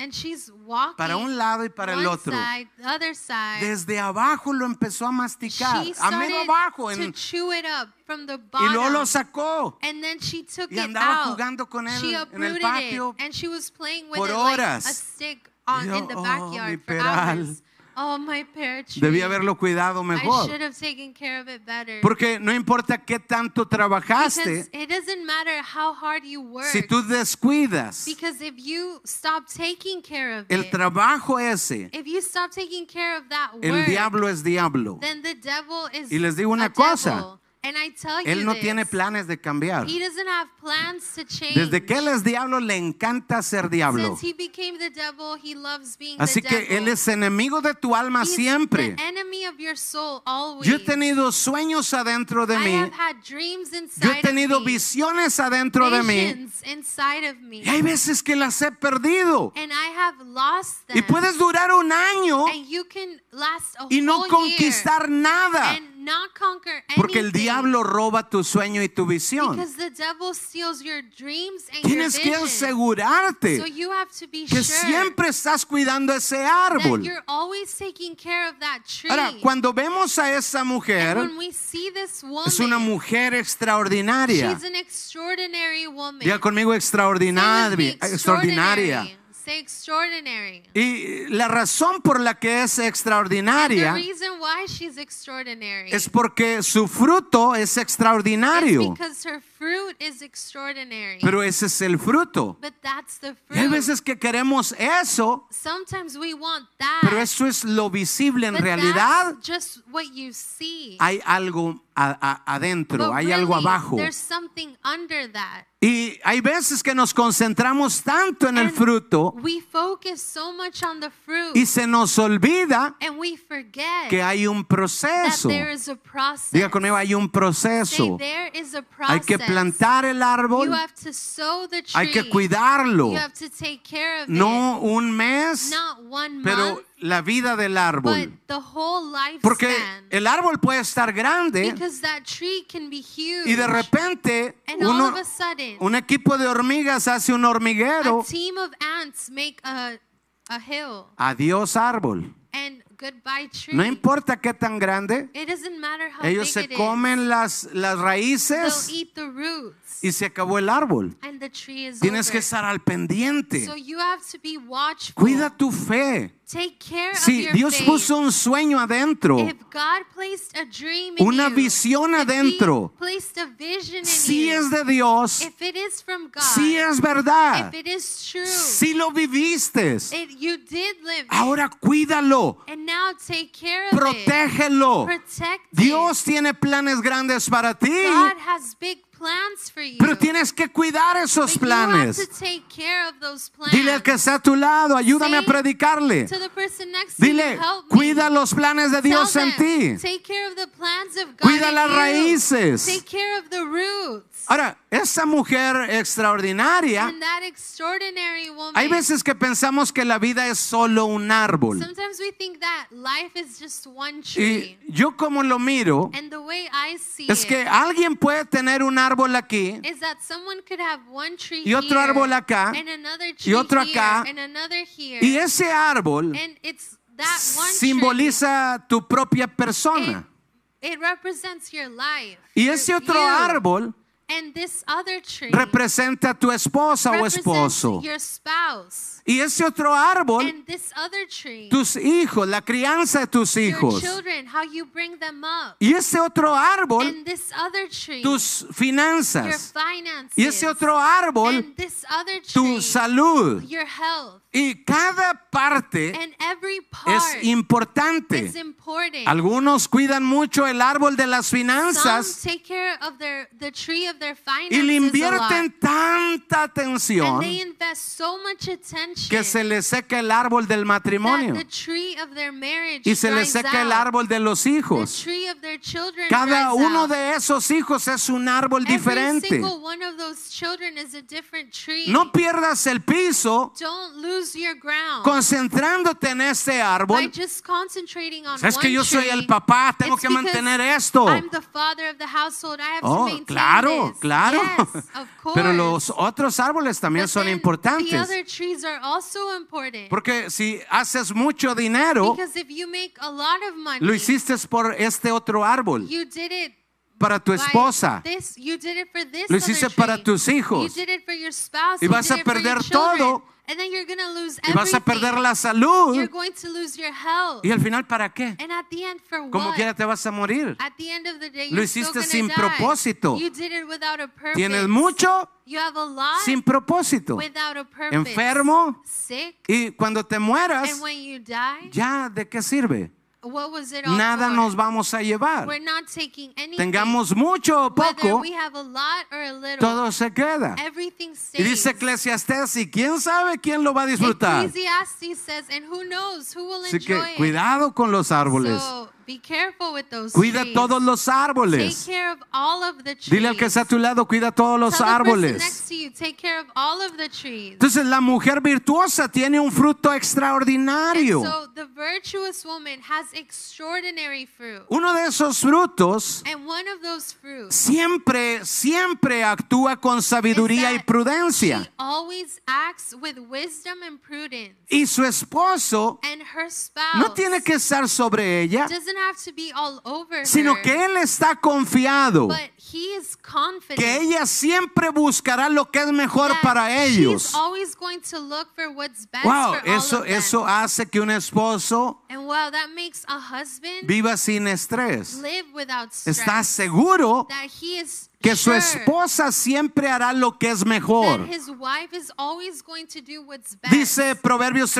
S2: and she's walking
S1: para un lado y para el
S2: one
S1: otro.
S2: side, the other side.
S1: Desde abajo lo empezó a masticar,
S2: she
S1: a medio
S2: started
S1: abajo,
S2: to
S1: en-
S2: chew it up from the
S1: y luego
S2: bottom,
S1: lo sacó.
S2: and then she took
S1: y
S2: it
S1: andaba
S2: out.
S1: jugando con él
S2: she
S1: en el
S2: uprooted
S1: patio
S2: it, and she was playing with
S1: por
S2: it like a
S1: horas.
S2: stick on,
S1: Yo,
S2: in the
S1: "Oh, mi
S2: backyard for
S1: peral.
S2: hours. Oh, my pear tree.
S1: Debía haberlo cuidado
S2: I
S1: mejor.
S2: should have taken care of it better.
S1: Porque no importa qué tanto
S2: Because
S1: trabajaste,
S2: it doesn't matter how hard you work.
S1: si tú descuidas
S2: because if you stop taking care of
S1: el
S2: it,
S1: trabajo ese,
S2: if you stop taking care of that
S1: el
S2: work,
S1: diablo es diablo.
S2: then the devil is
S1: Y les digo una
S2: a
S1: cosa,
S2: devil. And I tell you
S1: Él no
S2: this,
S1: tiene planes de cambiar.
S2: He doesn't have plans to change.
S1: Desde que él es diablo, le encanta ser diablo.
S2: Since he became the devil, he loves being
S1: Así
S2: the
S1: que
S2: devil.
S1: él es enemigo de tu alma
S2: He's
S1: siempre.
S2: the enemy of your soul always.
S1: Yo he tenido sueños adentro de
S2: I
S1: mí.
S2: have had dreams
S1: Yo
S2: inside
S1: he tenido
S2: of me,
S1: visiones adentro de mí.
S2: visions inside of me.
S1: Y hay veces que las he perdido.
S2: And I have lost them.
S1: Y puedes durar un año
S2: and you can last a
S1: y no
S2: whole
S1: conquistar
S2: year
S1: nada.
S2: and not conquer anything.
S1: Porque el diablo roba tu sueño y tu visión.
S2: because the devil steals your dreams and your
S1: Tienes que
S2: vision. so
S1: asegurarte
S2: you have to be
S1: que
S2: sure
S1: siempre estás cuidando ese
S2: that
S1: árbol.
S2: you're always taking care of that tree.
S1: Ahora, cuando vemos a esa
S2: and
S1: mujer,
S2: when we see this woman,
S1: es una mujer extraordinaria.
S2: she's an extraordinary woman.
S1: Diga conmigo
S2: Say with me,
S1: extraordinaria, extraordinaria.
S2: Say extraordinary.
S1: Y la razón por la que es
S2: And the
S1: extraordinaria
S2: reason why she's extraordinary
S1: es porque su fruto es
S2: is
S1: extraordinario,
S2: because her fruit is extraordinary.
S1: pero ese es el fruto.
S2: But that's the
S1: Y hay
S2: fruit.
S1: veces que queremos eso,
S2: Sometimes we want that.
S1: pero eso es lo visible en
S2: but
S1: realidad.
S2: that's just what you see.
S1: hay algo a- a- adentro,
S2: But
S1: hay algo
S2: really,
S1: abajo.
S2: There's something under that.
S1: Y hay veces que nos concentramos tanto en el
S2: And
S1: fruto
S2: We focus so much on the fruit
S1: y se nos olvida
S2: and we forget
S1: que hay un
S2: that
S1: proceso.
S2: there is a process.
S1: Diga conmigo, hay un
S2: Say,
S1: proceso.
S2: there is a process.
S1: Hay que plantar el árbol,
S2: You have to sow the tree.
S1: hay que cuidarlo.
S2: You have to take care of it.
S1: No un mes,
S2: Not one
S1: pero
S2: month,
S1: la vida del
S2: but
S1: árbol.
S2: the whole lifespan.
S1: Porque el árbol puede estar grande
S2: because that tree can be huge.
S1: y de repente
S2: and all
S1: uno-
S2: of a sudden,
S1: un equipo de hormigas hace un hormiguero.
S2: a team of ants make a, a hill
S1: Adiós árbol.
S2: and goodbye tree.
S1: No importa qué tan grande,
S2: it doesn't matter how
S1: ellos
S2: big
S1: se
S2: it is.
S1: comen las, las raíces
S2: They'll eat the roots
S1: y se acabó el árbol.
S2: and the tree is
S1: Tienes
S2: over.
S1: que estar al pendiente.
S2: So you have to be watchful.
S1: Cuida tu fe.
S2: Take care of
S1: Si
S2: your
S1: Dios
S2: faith.
S1: puso un sueño adentro,
S2: If God placed a dream in
S1: una
S2: you,
S1: visión
S2: if He
S1: adentro,
S2: placed a vision in
S1: si
S2: you,
S1: es de Dios,
S2: if it is from God,
S1: si es verdad,
S2: if it is true,
S1: si lo viviste,
S2: it, you did live it.
S1: ahora cuídalo,
S2: and now take care of it.
S1: protégelo.
S2: Protect
S1: Dios tiene planes grandes para ti,
S2: it. God has big plans for you.
S1: pero tienes que cuidar
S2: but
S1: esos
S2: you have
S1: planes.
S2: to take care of those plans.
S1: Dile al que está a tu lado, ayúdame a
S2: Say
S1: predicarle.
S2: to the person next to
S1: Dile,
S2: you, help
S1: cuida
S2: me.
S1: los planes de
S2: Tell
S1: Dios en ti.
S2: them, Take care of the plans of God
S1: Cuida
S2: in
S1: las
S2: you.
S1: raíces.
S2: Take care of the roots.
S1: Ahora, esa mujer extraordinaria,
S2: And that extraordinary woman.
S1: hay veces que pensamos que la vida es solo un árbol.
S2: Sometimes we think that life is just one
S1: Y
S2: tree.
S1: yo como lo miro,
S2: and the way I see
S1: es que
S2: it
S1: alguien puede tener un árbol aquí
S2: is that someone could have one tree
S1: y otro
S2: here,
S1: árbol acá
S2: and another tree
S1: otro acá,
S2: here, and another here.
S1: y ese árbol
S2: and it's that one
S1: simboliza tu propia
S2: tree. It,
S1: persona.
S2: it represents your life.
S1: Y
S2: your-
S1: ese otro
S2: you.
S1: árbol
S2: and this other tree
S1: representa a tu esposa o
S2: represents
S1: esposo.
S2: your spouse.
S1: Y ese otro árbol,
S2: And this other tree,
S1: tus hijos, la crianza de tus
S2: your
S1: hijos.
S2: children, how you bring them up.
S1: Y ese otro árbol,
S2: and this other tree,
S1: tus
S2: your
S1: finanzas.
S2: finances,
S1: Y ese otro árbol,
S2: and this other tree,
S1: tu salud.
S2: your health,
S1: Y cada parte
S2: and every part
S1: Eh, es importante.
S2: is important.
S1: Algunos cuidan mucho el árbol de las
S2: Some
S1: finanzas
S2: take care of their the tree of their finances
S1: y le
S2: a lot,
S1: invierten tanta atención
S2: and they invest so much attention
S1: que se les seca el árbol del matrimonio
S2: that the tree of their marriage
S1: y se les
S2: dries
S1: seca el
S2: out,
S1: árbol de los
S2: The
S1: hijos.
S2: tree of their children
S1: Cada
S2: dries
S1: uno
S2: out.
S1: de esos hijos es un árbol
S2: Every
S1: diferente.
S2: single one of those children is a different tree.
S1: No pierdas el piso
S2: Don't lose your ground.
S1: concentrándote en este
S2: By
S1: árbol.
S2: just concentrating on
S1: Sabes que
S2: one
S1: yo soy el
S2: tree,
S1: papá, tengo
S2: it's
S1: que
S2: because
S1: mantener esto.
S2: I'm the father of the household. I have to
S1: Oh,
S2: maintain
S1: claro,
S2: this.
S1: claro.
S2: Yes, of course.
S1: Pero los otros árboles
S2: But
S1: también son
S2: then The
S1: importantes.
S2: other trees are also important.
S1: Porque si haces mucho dinero,
S2: because if you make a lot of money,
S1: lo hiciste por este otro árbol,
S2: you did it
S1: para tu
S2: by
S1: esposa.
S2: This, you did it for this
S1: Lo
S2: other
S1: hiciste para
S2: tree.
S1: tus hijos.
S2: You did it for your spouse.
S1: Y
S2: You
S1: vas
S2: did
S1: a
S2: it for your
S1: perder
S2: children.
S1: todo.
S2: And then you're going to lose
S1: Y vas a
S2: everything.
S1: perder la
S2: You're
S1: salud.
S2: going to lose your health.
S1: Y al final, ¿para qué?
S2: And at the end, for
S1: Como
S2: what?
S1: quiera te vas a morir.
S2: At the end of the day,
S1: Lo
S2: you're still
S1: hiciste
S2: gonna
S1: sin
S2: die.
S1: propósito.
S2: You did it without a purpose.
S1: Tienes mucho
S2: You have a lot
S1: sin propósito.
S2: without a purpose.
S1: Enfermo.
S2: Sick.
S1: Y cuando te mueras,
S2: And when you die,
S1: ya de qué sirve?
S2: what was it all
S1: Nada
S2: for?
S1: nos vamos a llevar.
S2: We're not taking anything.
S1: Tengamos mucho o
S2: Whether
S1: poco,
S2: we have a lot or a little,
S1: todo se queda.
S2: everything
S1: Y
S2: stays.
S1: dice Eclesiastes, y quién sabe quién lo va a disfrutar.
S2: Ecclesiastes says, and who knows who will
S1: Así que
S2: enjoy it.
S1: cuidado con los árboles.
S2: So be careful with those
S1: Cuida
S2: trees.
S1: todos los
S2: Take
S1: árboles.
S2: care of all of the trees.
S1: Dile al que está a tu lado, cuida todos los
S2: Tell the person next
S1: árboles.
S2: to you, take care of all of the trees.
S1: Entonces la mujer virtuosa tiene un fruto
S2: And
S1: extraordinario.
S2: so the virtuous woman has extraordinary fruit.
S1: Uno de esos frutos
S2: And one of those fruits
S1: siempre, siempre actúa con sabiduría y
S2: that she
S1: prudencia.
S2: always acts with wisdom and prudence.
S1: Y su esposo
S2: And her spouse
S1: no tiene que estar sobre ella,
S2: doesn't have to be all over
S1: sino
S2: her,
S1: que él está confiado
S2: but he is confident
S1: que ella siempre buscará lo que es mejor
S2: that
S1: para
S2: she's
S1: ellos.
S2: always going to look for what's best
S1: Wow,
S2: for all
S1: eso,
S2: of them.
S1: eso hace que un esposo
S2: and wow, that makes a husband
S1: viva sin estrés.
S2: live without stress.
S1: Está seguro
S2: that he is
S1: que su
S2: sure
S1: esposa siempre hará lo que es
S2: that
S1: mejor.
S2: his wife is always going to do what's best.
S1: Dice Proverbios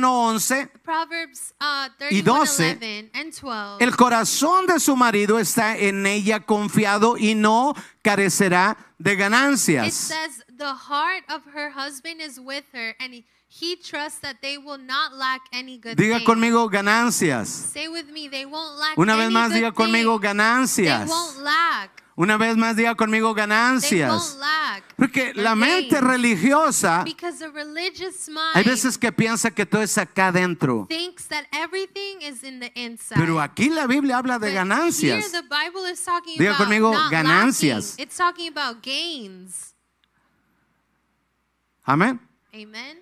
S1: 31:11,
S2: Proverbs uh,
S1: Y
S2: 31,
S1: doce,
S2: 11 and 12.
S1: el corazón de su marido está en ella confiado y no carecerá de
S2: it
S1: ganancias.
S2: says, The heart of her husband is with her, and he, he trusts that they will not lack any good
S1: Diga
S2: thing.
S1: conmigo ganancias.
S2: Say with me, they won't lack
S1: Una
S2: any
S1: vez más
S2: good
S1: diga conmigo
S2: thing. They
S1: ganancias.
S2: won't lack.
S1: Una vez más diga conmigo
S2: They don't
S1: ganancias.
S2: lack.
S1: Porque
S2: They're
S1: la mente
S2: gained.
S1: religiosa,
S2: Because the religious mind
S1: Ah. hay veces que piensa que todo es acá adentro.
S2: thinks that everything is in the inside.
S1: Pero aquí la Biblia habla
S2: But
S1: de
S2: here
S1: ganancias.
S2: the Bible is talking
S1: Diga
S2: about
S1: conmigo,
S2: not
S1: ganancias.
S2: lacking. It's talking about gains.
S1: Amén.
S2: Amen.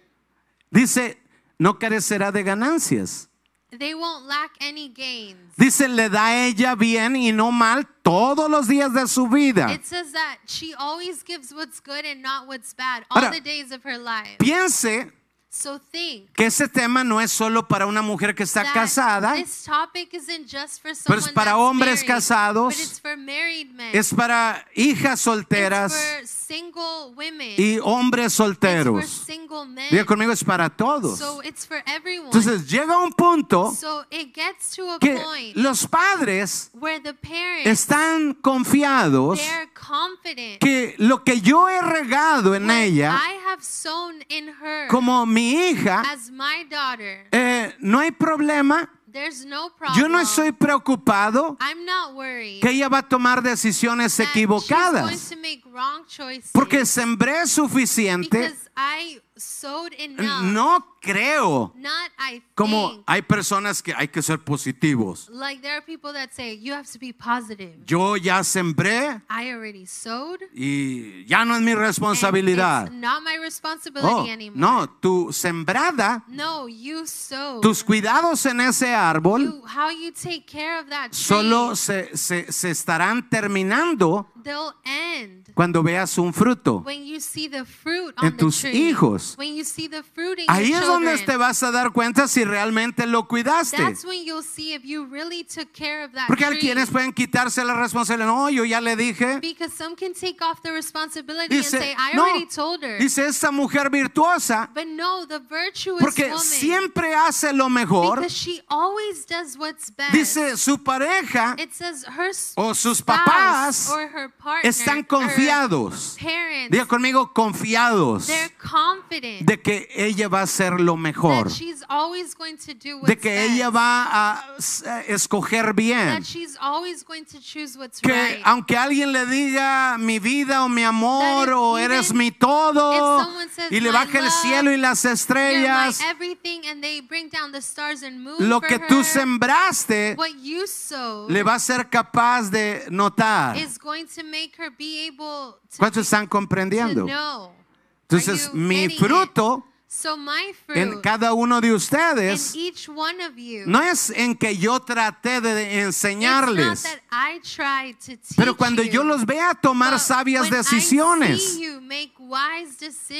S1: Dice, no carecerá de ganancias.
S2: They won't lack any gains.
S1: Dice, le da ella bien y no mal todos los días de su vida.
S2: It says that she always gives what's good and not what's bad all
S1: Ahora,
S2: the days of her life.
S1: Piense
S2: So think
S1: que ese tema no es solo para una mujer que está
S2: that
S1: casada,
S2: this topic isn't just for
S1: Pero
S2: someone
S1: es para
S2: that's
S1: hombres
S2: married,
S1: casados,
S2: but it's for married men.
S1: es para hijas solteras
S2: It's for single women.
S1: y hombres
S2: It's
S1: solteros.
S2: for single men.
S1: Diga conmigo, es para todos.
S2: So it's for everyone.
S1: Entonces llega un punto
S2: so it gets to a
S1: que
S2: point
S1: los padres
S2: where the parents
S1: están confiados
S2: they're confident
S1: que lo que yo he regado en
S2: what
S1: ella,
S2: I have sown in her
S1: como mi hija,
S2: as my daughter.
S1: eh, no hay problema.
S2: There's no problem.
S1: Yo no estoy preocupado
S2: I'm not worried.
S1: que ella va a tomar decisiones
S2: that she's going
S1: equivocadas,
S2: to make wrong choices
S1: porque sembré suficiente.
S2: because I sowed enough.
S1: No creo
S2: Not I
S1: Como
S2: think.
S1: hay personas que hay que ser positivos.
S2: Like there are people that say you have to be positive.
S1: Yo ya sembré
S2: I already sowed. and
S1: y ya no es mi responsabilidad.
S2: It's not my responsibility
S1: Oh,
S2: anymore.
S1: no, tu sembrada,
S2: No, you sow.
S1: tus cuidados en ese árbol
S2: You- how you take care of that tree,
S1: solo se, se- se estarán terminando
S2: they'll end
S1: cuando veas un fruto.
S2: when you see the fruit
S1: En
S2: on the
S1: tus
S2: tree.
S1: hijos.
S2: When you see the fruit in
S1: Ahí
S2: your
S1: es donde te
S2: children.
S1: vas a dar cuenta si realmente lo cuidaste.
S2: That's when you'll see if you really took care of that
S1: Porque hay
S2: tree.
S1: quienes pueden quitarse la responsabilidad. No, yo ya le dije.
S2: Because some can take off the responsibility and say,
S1: Dice,
S2: I
S1: no,
S2: already told her.
S1: dice esta mujer virtuosa
S2: but no, the virtuous
S1: Porque
S2: woman,
S1: siempre hace lo mejor.
S2: because she always does what's best.
S1: Dice su pareja
S2: It says her s-
S1: o sus
S2: spouse
S1: papás
S2: or her partner,
S1: están
S2: her
S1: confiados.
S2: parents,
S1: Diga conmigo, confiados
S2: they're confident
S1: de que ella va a hacer lo mejor.
S2: that she's always going to do what's
S1: De que
S2: best,
S1: ella va a s- a escoger bien.
S2: that she's always going to choose what's
S1: Que
S2: right.
S1: aunque alguien le diga mi vida o mi amor
S2: That if
S1: o
S2: even
S1: eres mi todo
S2: if someone says,
S1: y le
S2: "My
S1: baje el
S2: love,
S1: cielo y las
S2: You're my
S1: estrellas,
S2: everything and they bring down the stars and moon
S1: lo
S2: for
S1: que
S2: her.
S1: tú sembraste
S2: what you sow
S1: le va a ser capaz de notar.
S2: is going to make her be able to,
S1: ¿Cuántos están
S2: to
S1: comprendiendo?
S2: know. Are
S1: Entonces,
S2: you
S1: mi
S2: getting it?
S1: fruto
S2: So my fruit
S1: en cada uno de
S2: in
S1: ustedes
S2: each one of you
S1: no es en que yo traté de
S2: It's
S1: enseñarles,
S2: not that I tried to teach
S1: pero cuando
S2: you,
S1: yo los vea tomar
S2: but
S1: sabias
S2: when I
S1: decisiones
S2: see you make wise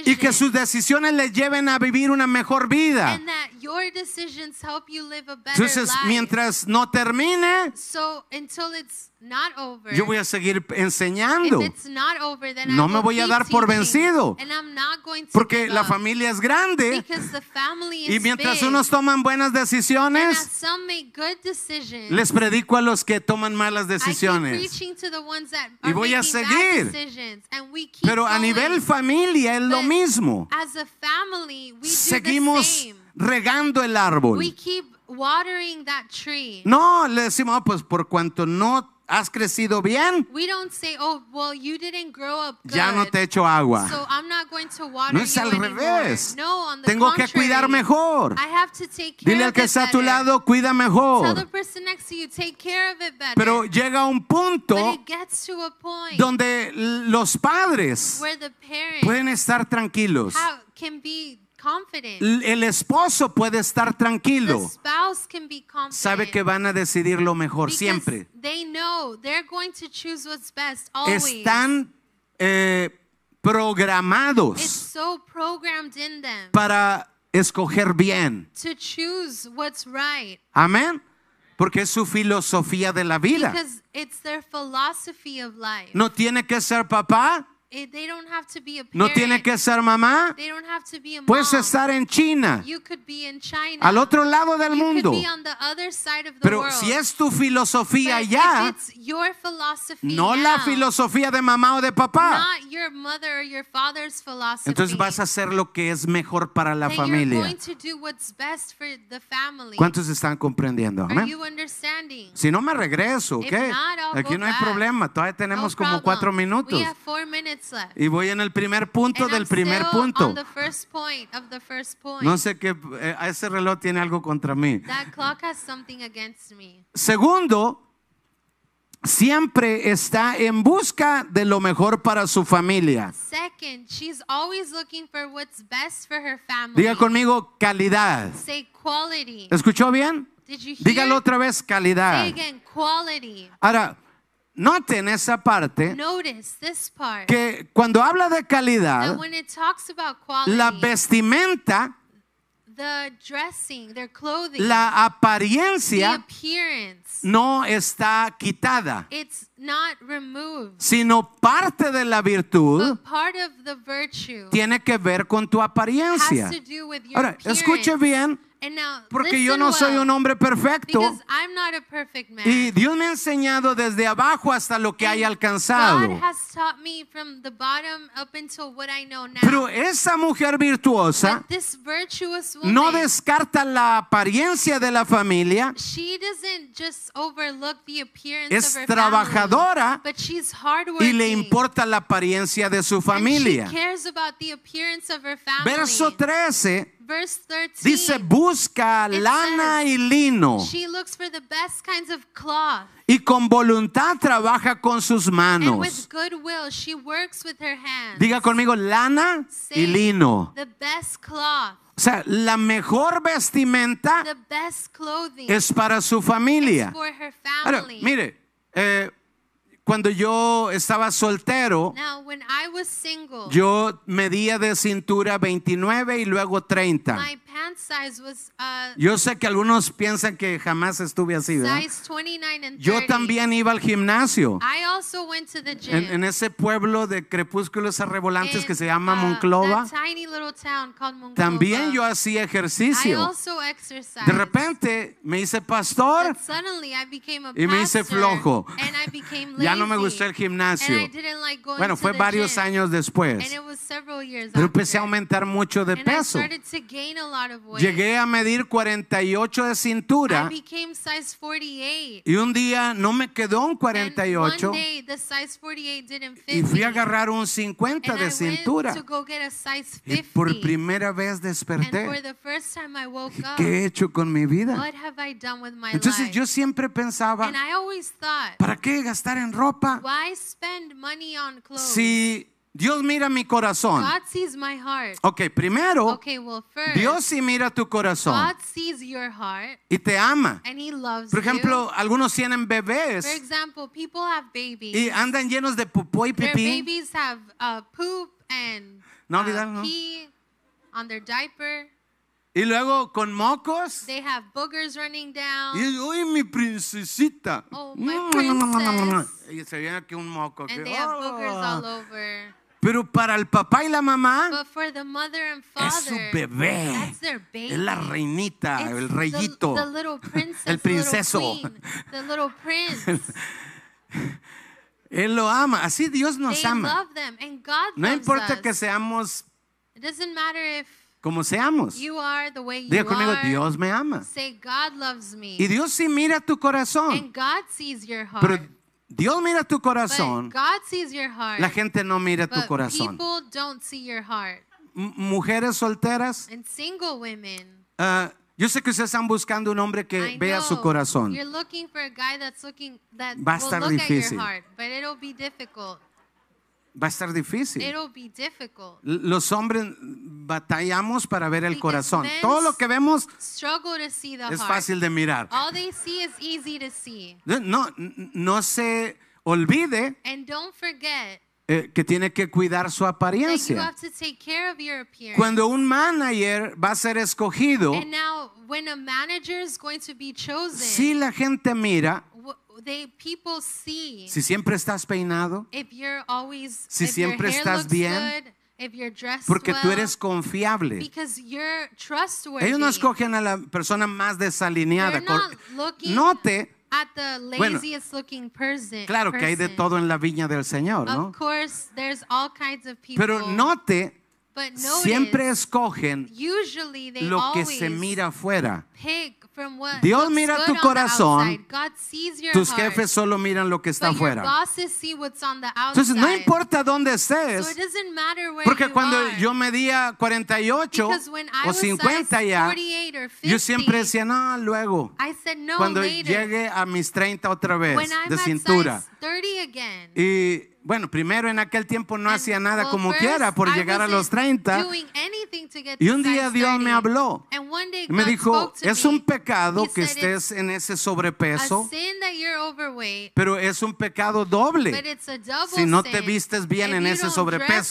S1: y que sus
S2: decisions,
S1: decisiones les lleven a vivir una mejor vida.
S2: and that your decisions help you live a
S1: Ah.
S2: better
S1: Entonces,
S2: life.
S1: mientras no termine,
S2: so until it's not over,
S1: yo voy a seguir enseñando,
S2: if it's not over, then
S1: No
S2: I
S1: me
S2: will
S1: voy a
S2: keep
S1: dar por
S2: teaching,
S1: vencido.
S2: And I'm not going to
S1: porque
S2: give
S1: la
S2: up,
S1: familia es grande
S2: because the family
S1: y
S2: is
S1: mientras
S2: big,
S1: unos toman buenas
S2: and
S1: decisiones,
S2: as some make good decisions,
S1: les predico a los que toman malas
S2: I keep
S1: decisiones.
S2: preaching to the ones that
S1: Y
S2: are
S1: voy a
S2: making
S1: seguir.
S2: bad decisions, and we keep
S1: Pero a
S2: going.
S1: nivel familia es lo
S2: But
S1: mismo.
S2: As a family, we do the
S1: Seguimos
S2: same.
S1: regando el
S2: We
S1: árbol.
S2: keep watering that tree.
S1: No, le decimos, "Ah, pues por cuanto no has crecido bien,
S2: We don't say, "Oh, well, you didn't grow up good,
S1: ya no te echo
S2: so
S1: agua.
S2: I'm not going to water
S1: No es
S2: you
S1: al
S2: anymore."
S1: revés.
S2: No, on the
S1: Tengo que
S2: contrary,
S1: cuidar mejor.
S2: I have to take care
S1: Dile al
S2: of
S1: que
S2: it
S1: está a tu
S2: better.
S1: lado, cuida
S2: Tell the
S1: mejor.
S2: person next to you, take care of it better.
S1: Pero llega un
S2: but
S1: punto
S2: it gets to a point
S1: donde los padres
S2: where the parents
S1: pueden estar tranquilos.
S2: have- can be confident.
S1: L- El esposo puede estar
S2: the
S1: tranquilo.
S2: spouse can be confident.
S1: Sabe que van a decidir lo mejor
S2: because
S1: siempre.
S2: They know they're going to choose what's best always.
S1: están eh,
S2: it's
S1: programados
S2: so programmed in them
S1: para escoger bien.
S2: to choose what's right
S1: Amén. Porque es su filosofía de la vida.
S2: because it's their philosophy of life.
S1: No tiene que ser papá
S2: It- Eh, they don't have to be a
S1: No
S2: parent.
S1: tiene que ser mamá.
S2: They don't have to be a mom.
S1: Puedes estar en China,
S2: You could be in China.
S1: al otro lado del
S2: you
S1: mundo.
S2: could be on the other side of the
S1: Pero
S2: world.
S1: si es tu
S2: But
S1: filosofía
S2: if
S1: ya,
S2: it's your philosophy
S1: no
S2: now,
S1: la filosofía de mamá o de papá,
S2: not your mother or your father's philosophy,
S1: entonces vas a hacer lo que es mejor para la
S2: then you're
S1: familia.
S2: going to do what's best for the family.
S1: ¿Cuántos están comprendiendo?
S2: Are
S1: Amén.
S2: you understanding?
S1: Si no me regreso, ¿ok?
S2: If not, I'll
S1: Aquí
S2: go
S1: no hay
S2: back.
S1: problema, todavía tenemos
S2: no
S1: como
S2: problem.
S1: cuatro minutos.
S2: We have four minutes left.
S1: Y voy en el primer punto
S2: And
S1: del
S2: I'm
S1: primer
S2: still
S1: punto.
S2: on the first point of the first point.
S1: No sé qué, eh, ese reloj tiene algo contra mí.
S2: That clock has something against me.
S1: Segundo, siempre está en busca de lo mejor para su familia.
S2: Second, she's always looking for what's best for her family.
S1: Diga conmigo, calidad.
S2: Say quality.
S1: ¿Escuchó bien?
S2: Did you hear?
S1: Dígalo otra vez,
S2: Say
S1: calidad.
S2: again, quality.
S1: Ahora, noten esa parte
S2: Notice this part.
S1: que cuando habla de calidad,
S2: That when it talks about quality,
S1: la vestimenta,
S2: the dressing, their clothing,
S1: la
S2: the
S1: apariencia
S2: appearance,
S1: no está quitada,
S2: it's not removed.
S1: sino parte de la virtud
S2: But part of the virtue
S1: tiene que ver con tu apariencia.
S2: has to do with your
S1: Ahora,
S2: appearance.
S1: escuche bien,
S2: And now,
S1: porque
S2: listen
S1: yo no soy
S2: well,
S1: un hombre perfecto
S2: Because I'm not a perfect man.
S1: y Dios me ha enseñado desde abajo hasta lo que haya
S2: And
S1: alcanzado.
S2: God has taught me from the bottom up until what I know now.
S1: Pero esa mujer virtuosa
S2: but this virtuous woman,
S1: no descarta la apariencia de la familia,
S2: she doesn't just overlook the appearance
S1: es
S2: of her
S1: trabajadora
S2: family, but she's hardworking.
S1: y le importa la apariencia de su
S2: and
S1: familia.
S2: She cares about the appearance of her family.
S1: Verso 13
S2: Verse 13.
S1: dice, busca
S2: It
S1: lana
S2: says,
S1: y lino
S2: she looks for the best kinds of cloth.
S1: y con voluntad trabaja con sus
S2: And with
S1: manos.
S2: goodwill, she works with her hands.
S1: Diga conmigo, lana y
S2: Say,
S1: lino.
S2: The best cloth,
S1: O sea, la mejor vestimenta
S2: the best clothing
S1: es para su familia.
S2: for her
S1: Ahora,
S2: family.
S1: mire, eh, cuando yo estaba soltero,
S2: Now, when I was single,
S1: yo medía de cintura 29 y luego 30.
S2: my pant size was uh,
S1: Yo sé que algunos piensan que jamás estuve así, ¿verdad?
S2: size Ah, 29 and 30.
S1: Yo también iba al gimnasio.
S2: I also went to the gym.
S1: En, en ese pueblo de crepúsculos arrebolantes
S2: in,
S1: que se llama
S2: uh,
S1: Monclova,
S2: that tiny little town called Monclova.
S1: también yo hacía
S2: I
S1: ejercicio.
S2: also exercised.
S1: De repente me hice pastor,
S2: But suddenly I became a
S1: Y me hice
S2: pastor,
S1: flojo.
S2: And I became lazy.
S1: ya no me gustó el
S2: And I
S1: gimnasio.
S2: didn't like going
S1: Bueno,
S2: to
S1: fue
S2: the
S1: varios
S2: gym.
S1: años
S2: And
S1: después.
S2: it was several years
S1: Pero empecé a
S2: after.
S1: aumentar mucho de
S2: And I
S1: peso.
S2: started to gain a lot of weight.
S1: Llegué a medir 48 de
S2: I
S1: cintura
S2: became size 48.
S1: y un día no me quedó un
S2: And
S1: 48
S2: one day the size 48 didn't fit
S1: y fui a
S2: me.
S1: agarrar un 50
S2: And I
S1: de
S2: went
S1: cintura.
S2: to go get a size
S1: Y
S2: 50.
S1: por primera vez
S2: and for
S1: desperté.
S2: the first time I woke
S1: Dije,
S2: up,
S1: ¿Qué he hecho con mi vida?
S2: what have I done with my
S1: Entonces
S2: life?
S1: yo siempre pensaba,
S2: and I always thought,
S1: ¿para qué gastar en ropa
S2: why spend money on clothes?
S1: si Dios mira mi corazón?
S2: God sees my heart.
S1: Ok, primero,
S2: Okay, well, first,
S1: Oh, Dios sí mira tu corazón
S2: God sees your heart
S1: y te ama.
S2: and He loves
S1: Por
S2: you.
S1: ejemplo, algunos tienen bebés
S2: For example, people have babies.
S1: y andan llenos de popó y
S2: Their
S1: pipí.
S2: babies have uh, poop and
S1: No,
S2: uh,
S1: olvidar, no.
S2: pee on their diaper.
S1: Y luego con mocos.
S2: They have boogers running down.
S1: Y uy, mi princesita.
S2: Oh, my princess.
S1: Y se viene aquí un moco. que,
S2: and they have boogers
S1: "Oh".
S2: all over.
S1: Pero para el papá y la mamá
S2: But for the mother and
S1: es su
S2: father,
S1: bebé.
S2: that's their baby.
S1: Es la reinita,
S2: It's
S1: el
S2: the-
S1: reyito.
S2: The, little princess,
S1: El
S2: the little
S1: princeso.
S2: queen, the little prince.
S1: Él lo ama. Así Dios nos
S2: they
S1: ama.
S2: love them, and God
S1: No
S2: loves
S1: importa
S2: us.
S1: que seamos
S2: It doesn't matter if
S1: como seamos.
S2: you are the way you
S1: Diga conmigo,
S2: are.
S1: Dios me ama.
S2: Say God loves me,
S1: Y Dios sí mira tu corazón.
S2: and God sees your heart.
S1: Pero Dios mira tu
S2: but
S1: corazón.
S2: God sees your heart.
S1: La gente no mira tu
S2: but
S1: corazón.
S2: people don't see your heart.
S1: M- mujeres solteras,
S2: And single women,
S1: ah, yo sé que ustedes están buscando un hombre que
S2: I
S1: vea su
S2: know
S1: corazón.
S2: You're looking for a guy that's looking that
S1: Va a
S2: will
S1: estar
S2: look at
S1: difícil.
S2: your heart, but it'll be difficult.
S1: Va a estar difícil.
S2: It'll be difficult.
S1: L- Los hombres batallamos para ver el
S2: Because
S1: corazón.
S2: men
S1: Todo lo que vemos
S2: Struggle to see the
S1: es
S2: heart. Ah.
S1: fácil de mirar.
S2: All they see is easy to see.
S1: No, n- no se olvide
S2: And don't forget
S1: eh, que tiene que cuidar su
S2: that you
S1: apariencia.
S2: have to take care of your appearance.
S1: Cuando un manager va a ser escogido,
S2: and now, when a manager is going to be chosen,
S1: si la gente mira,
S2: wh- they people see
S1: si siempre estás peinado,
S2: if you're always
S1: Si
S2: if your
S1: siempre
S2: hair
S1: estás
S2: looks
S1: bien,
S2: good, if you're dressed
S1: porque
S2: well,
S1: tú eres confiable.
S2: because you're trustworthy.
S1: Ellos no escogen a la persona más desalineada.
S2: They're
S1: cor-
S2: not looking
S1: Note,
S2: at the
S1: Bueno,
S2: laziest looking person.
S1: claro que hay de
S2: person.
S1: todo en la viña del Señor, ¿no?
S2: Of course, there's all kinds of people.
S1: Pero note,
S2: but notice,
S1: siempre escogen
S2: usually they
S1: lo que
S2: always
S1: se mira afuera.
S2: pick from what
S1: Dios
S2: looks
S1: mira
S2: good
S1: tu
S2: on the
S1: corazón,
S2: outside. God sees your
S1: Tus
S2: heart,
S1: jefes solo miran lo que está
S2: but your
S1: afuera.
S2: bosses see what's on the outside.
S1: Entonces, no importa dónde
S2: So it
S1: estés,
S2: doesn't matter where
S1: porque
S2: you
S1: cuando
S2: are.
S1: yo medía 48
S2: Because when I
S1: o
S2: was size
S1: 50 ya,
S2: 48 or 50,
S1: yo siempre decía, no, luego,
S2: I said no
S1: cuando
S2: later.
S1: llegue a mis 30 otra vez
S2: when I'm
S1: de
S2: at
S1: cintura.
S2: size 30 again.
S1: Y bueno, primero en aquel tiempo no
S2: And,
S1: hacía nada
S2: well,
S1: como
S2: first,
S1: quiera por
S2: I
S1: llegar a
S2: wasn't
S1: los 30.
S2: doing anything to get
S1: Y
S2: to
S1: un día
S2: size
S1: Dios me
S2: 30.
S1: habló.
S2: And one day
S1: Y me
S2: God
S1: dijo,
S2: spoke to
S1: es
S2: me.
S1: un pecado
S2: He
S1: que
S2: said, "It's
S1: estés en ese
S2: a
S1: sobrepeso,
S2: sin that you're overweight,
S1: pero es un pecado
S2: but
S1: doble.
S2: it's a double
S1: Si no te
S2: sin
S1: vistes bien
S2: if
S1: en
S2: you
S1: ese
S2: don't dress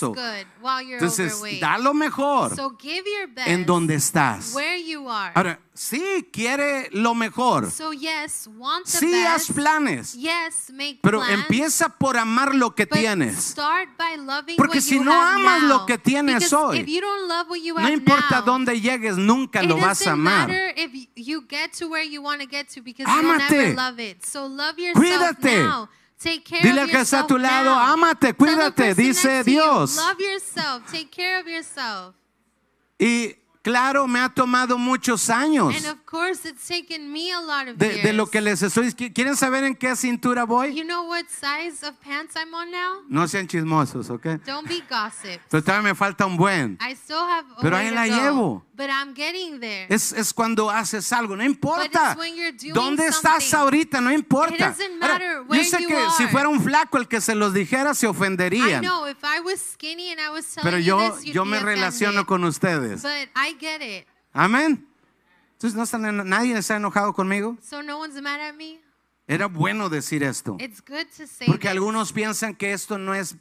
S1: sobrepeso.
S2: good while you're
S1: Entonces,
S2: overweight.
S1: da lo mejor
S2: so give your best
S1: en donde estás.
S2: where you are.
S1: Ahora, sí, quiere lo mejor.
S2: so yes, want the
S1: Sí, haz
S2: best.
S1: planes.
S2: yes, make
S1: Pero
S2: plans.
S1: empieza por amar lo que
S2: But
S1: tienes.
S2: Start by loving
S1: Porque
S2: what
S1: si
S2: you
S1: no
S2: have
S1: amas
S2: now.
S1: lo que tienes
S2: Because
S1: hoy,
S2: if you don't love what you
S1: No
S2: have
S1: importa
S2: now,
S1: dónde llegues, nunca
S2: it
S1: lo vas a
S2: doesn't
S1: amar.
S2: matter if you get to where you want to get to because you'll
S1: Ámate.
S2: never love it. So love yourself
S1: Cuídate.
S2: now. Take care
S1: Dile al
S2: of
S1: que está a
S2: yourself
S1: tu lado,
S2: now.
S1: ámate,
S2: Tell the
S1: cuídate,
S2: person
S1: dice
S2: next to you,
S1: Dios.
S2: Love yourself. Take care of yourself.
S1: Y claro, me ha tomado muchos años
S2: And of course, it's taken me a lot of
S1: de,
S2: years.
S1: de lo que les estoy. ¿Qui- ¿Quieren saber en qué cintura voy?
S2: You know what size of pants I'm on now?
S1: No sean chismosos, ¿ok?
S2: Don't be gossip.
S1: Pero todavía me falta un buen.
S2: I still have a
S1: Pero
S2: way
S1: ahí
S2: to
S1: la
S2: go,
S1: llevo.
S2: But I'm getting there.
S1: Es, es cuando haces algo, no importa.
S2: But it's when you're doing
S1: ¿Dónde estás
S2: something.
S1: ahorita? No importa.
S2: It doesn't
S1: Ahora,
S2: matter
S1: yo
S2: where
S1: sé
S2: you
S1: que si
S2: are.
S1: fuera un flaco el que se los dijera, se
S2: I
S1: ofenderían.
S2: know if I was skinny and I was telling
S1: Pero
S2: you
S1: yo,
S2: this, you'd
S1: yo
S2: be
S1: me relaciono
S2: offended.
S1: con ustedes.
S2: But I get it.
S1: Amén. Entonces, ¿no están eno- ¿nadie está enojado conmigo?
S2: So no one's mad at me.
S1: Era bueno decir esto.
S2: It's good to say
S1: Porque
S2: this,
S1: algunos piensan que esto no es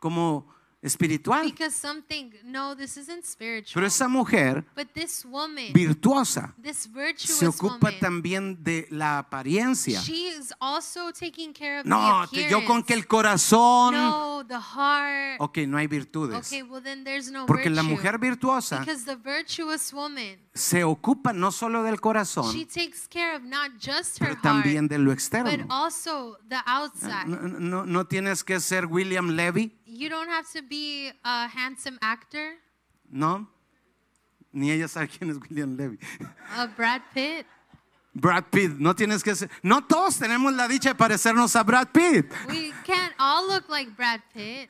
S1: como espiritual.
S2: because something no, this isn't spiritual.
S1: Pero esa mujer
S2: but this woman,
S1: virtuosa
S2: this virtuous
S1: se ocupa
S2: woman,
S1: también de la apariencia.
S2: she is also taking care of
S1: No,
S2: the
S1: te- yo con que el corazón...
S2: appearance. no the heart.
S1: Ok, no hay virtudes.
S2: Okay, well then there's no
S1: Porque
S2: virtue.
S1: la mujer virtuosa
S2: because the virtuous woman,
S1: se ocupa no solo del
S2: she
S1: corazón,
S2: takes care of not just her
S1: pero también
S2: heart,
S1: de lo
S2: but
S1: externo.
S2: also the outside.
S1: No, no- no tienes que ser William Levy,
S2: You don't have to be a handsome actor,
S1: ¿no? Ni ella sabe quién es William Levy.
S2: a Brad Pitt.
S1: Brad Pitt, no tienes que ser. No todos tenemos la dicha de parecernos a Brad Pitt,
S2: We can't all look like Brad Pitt,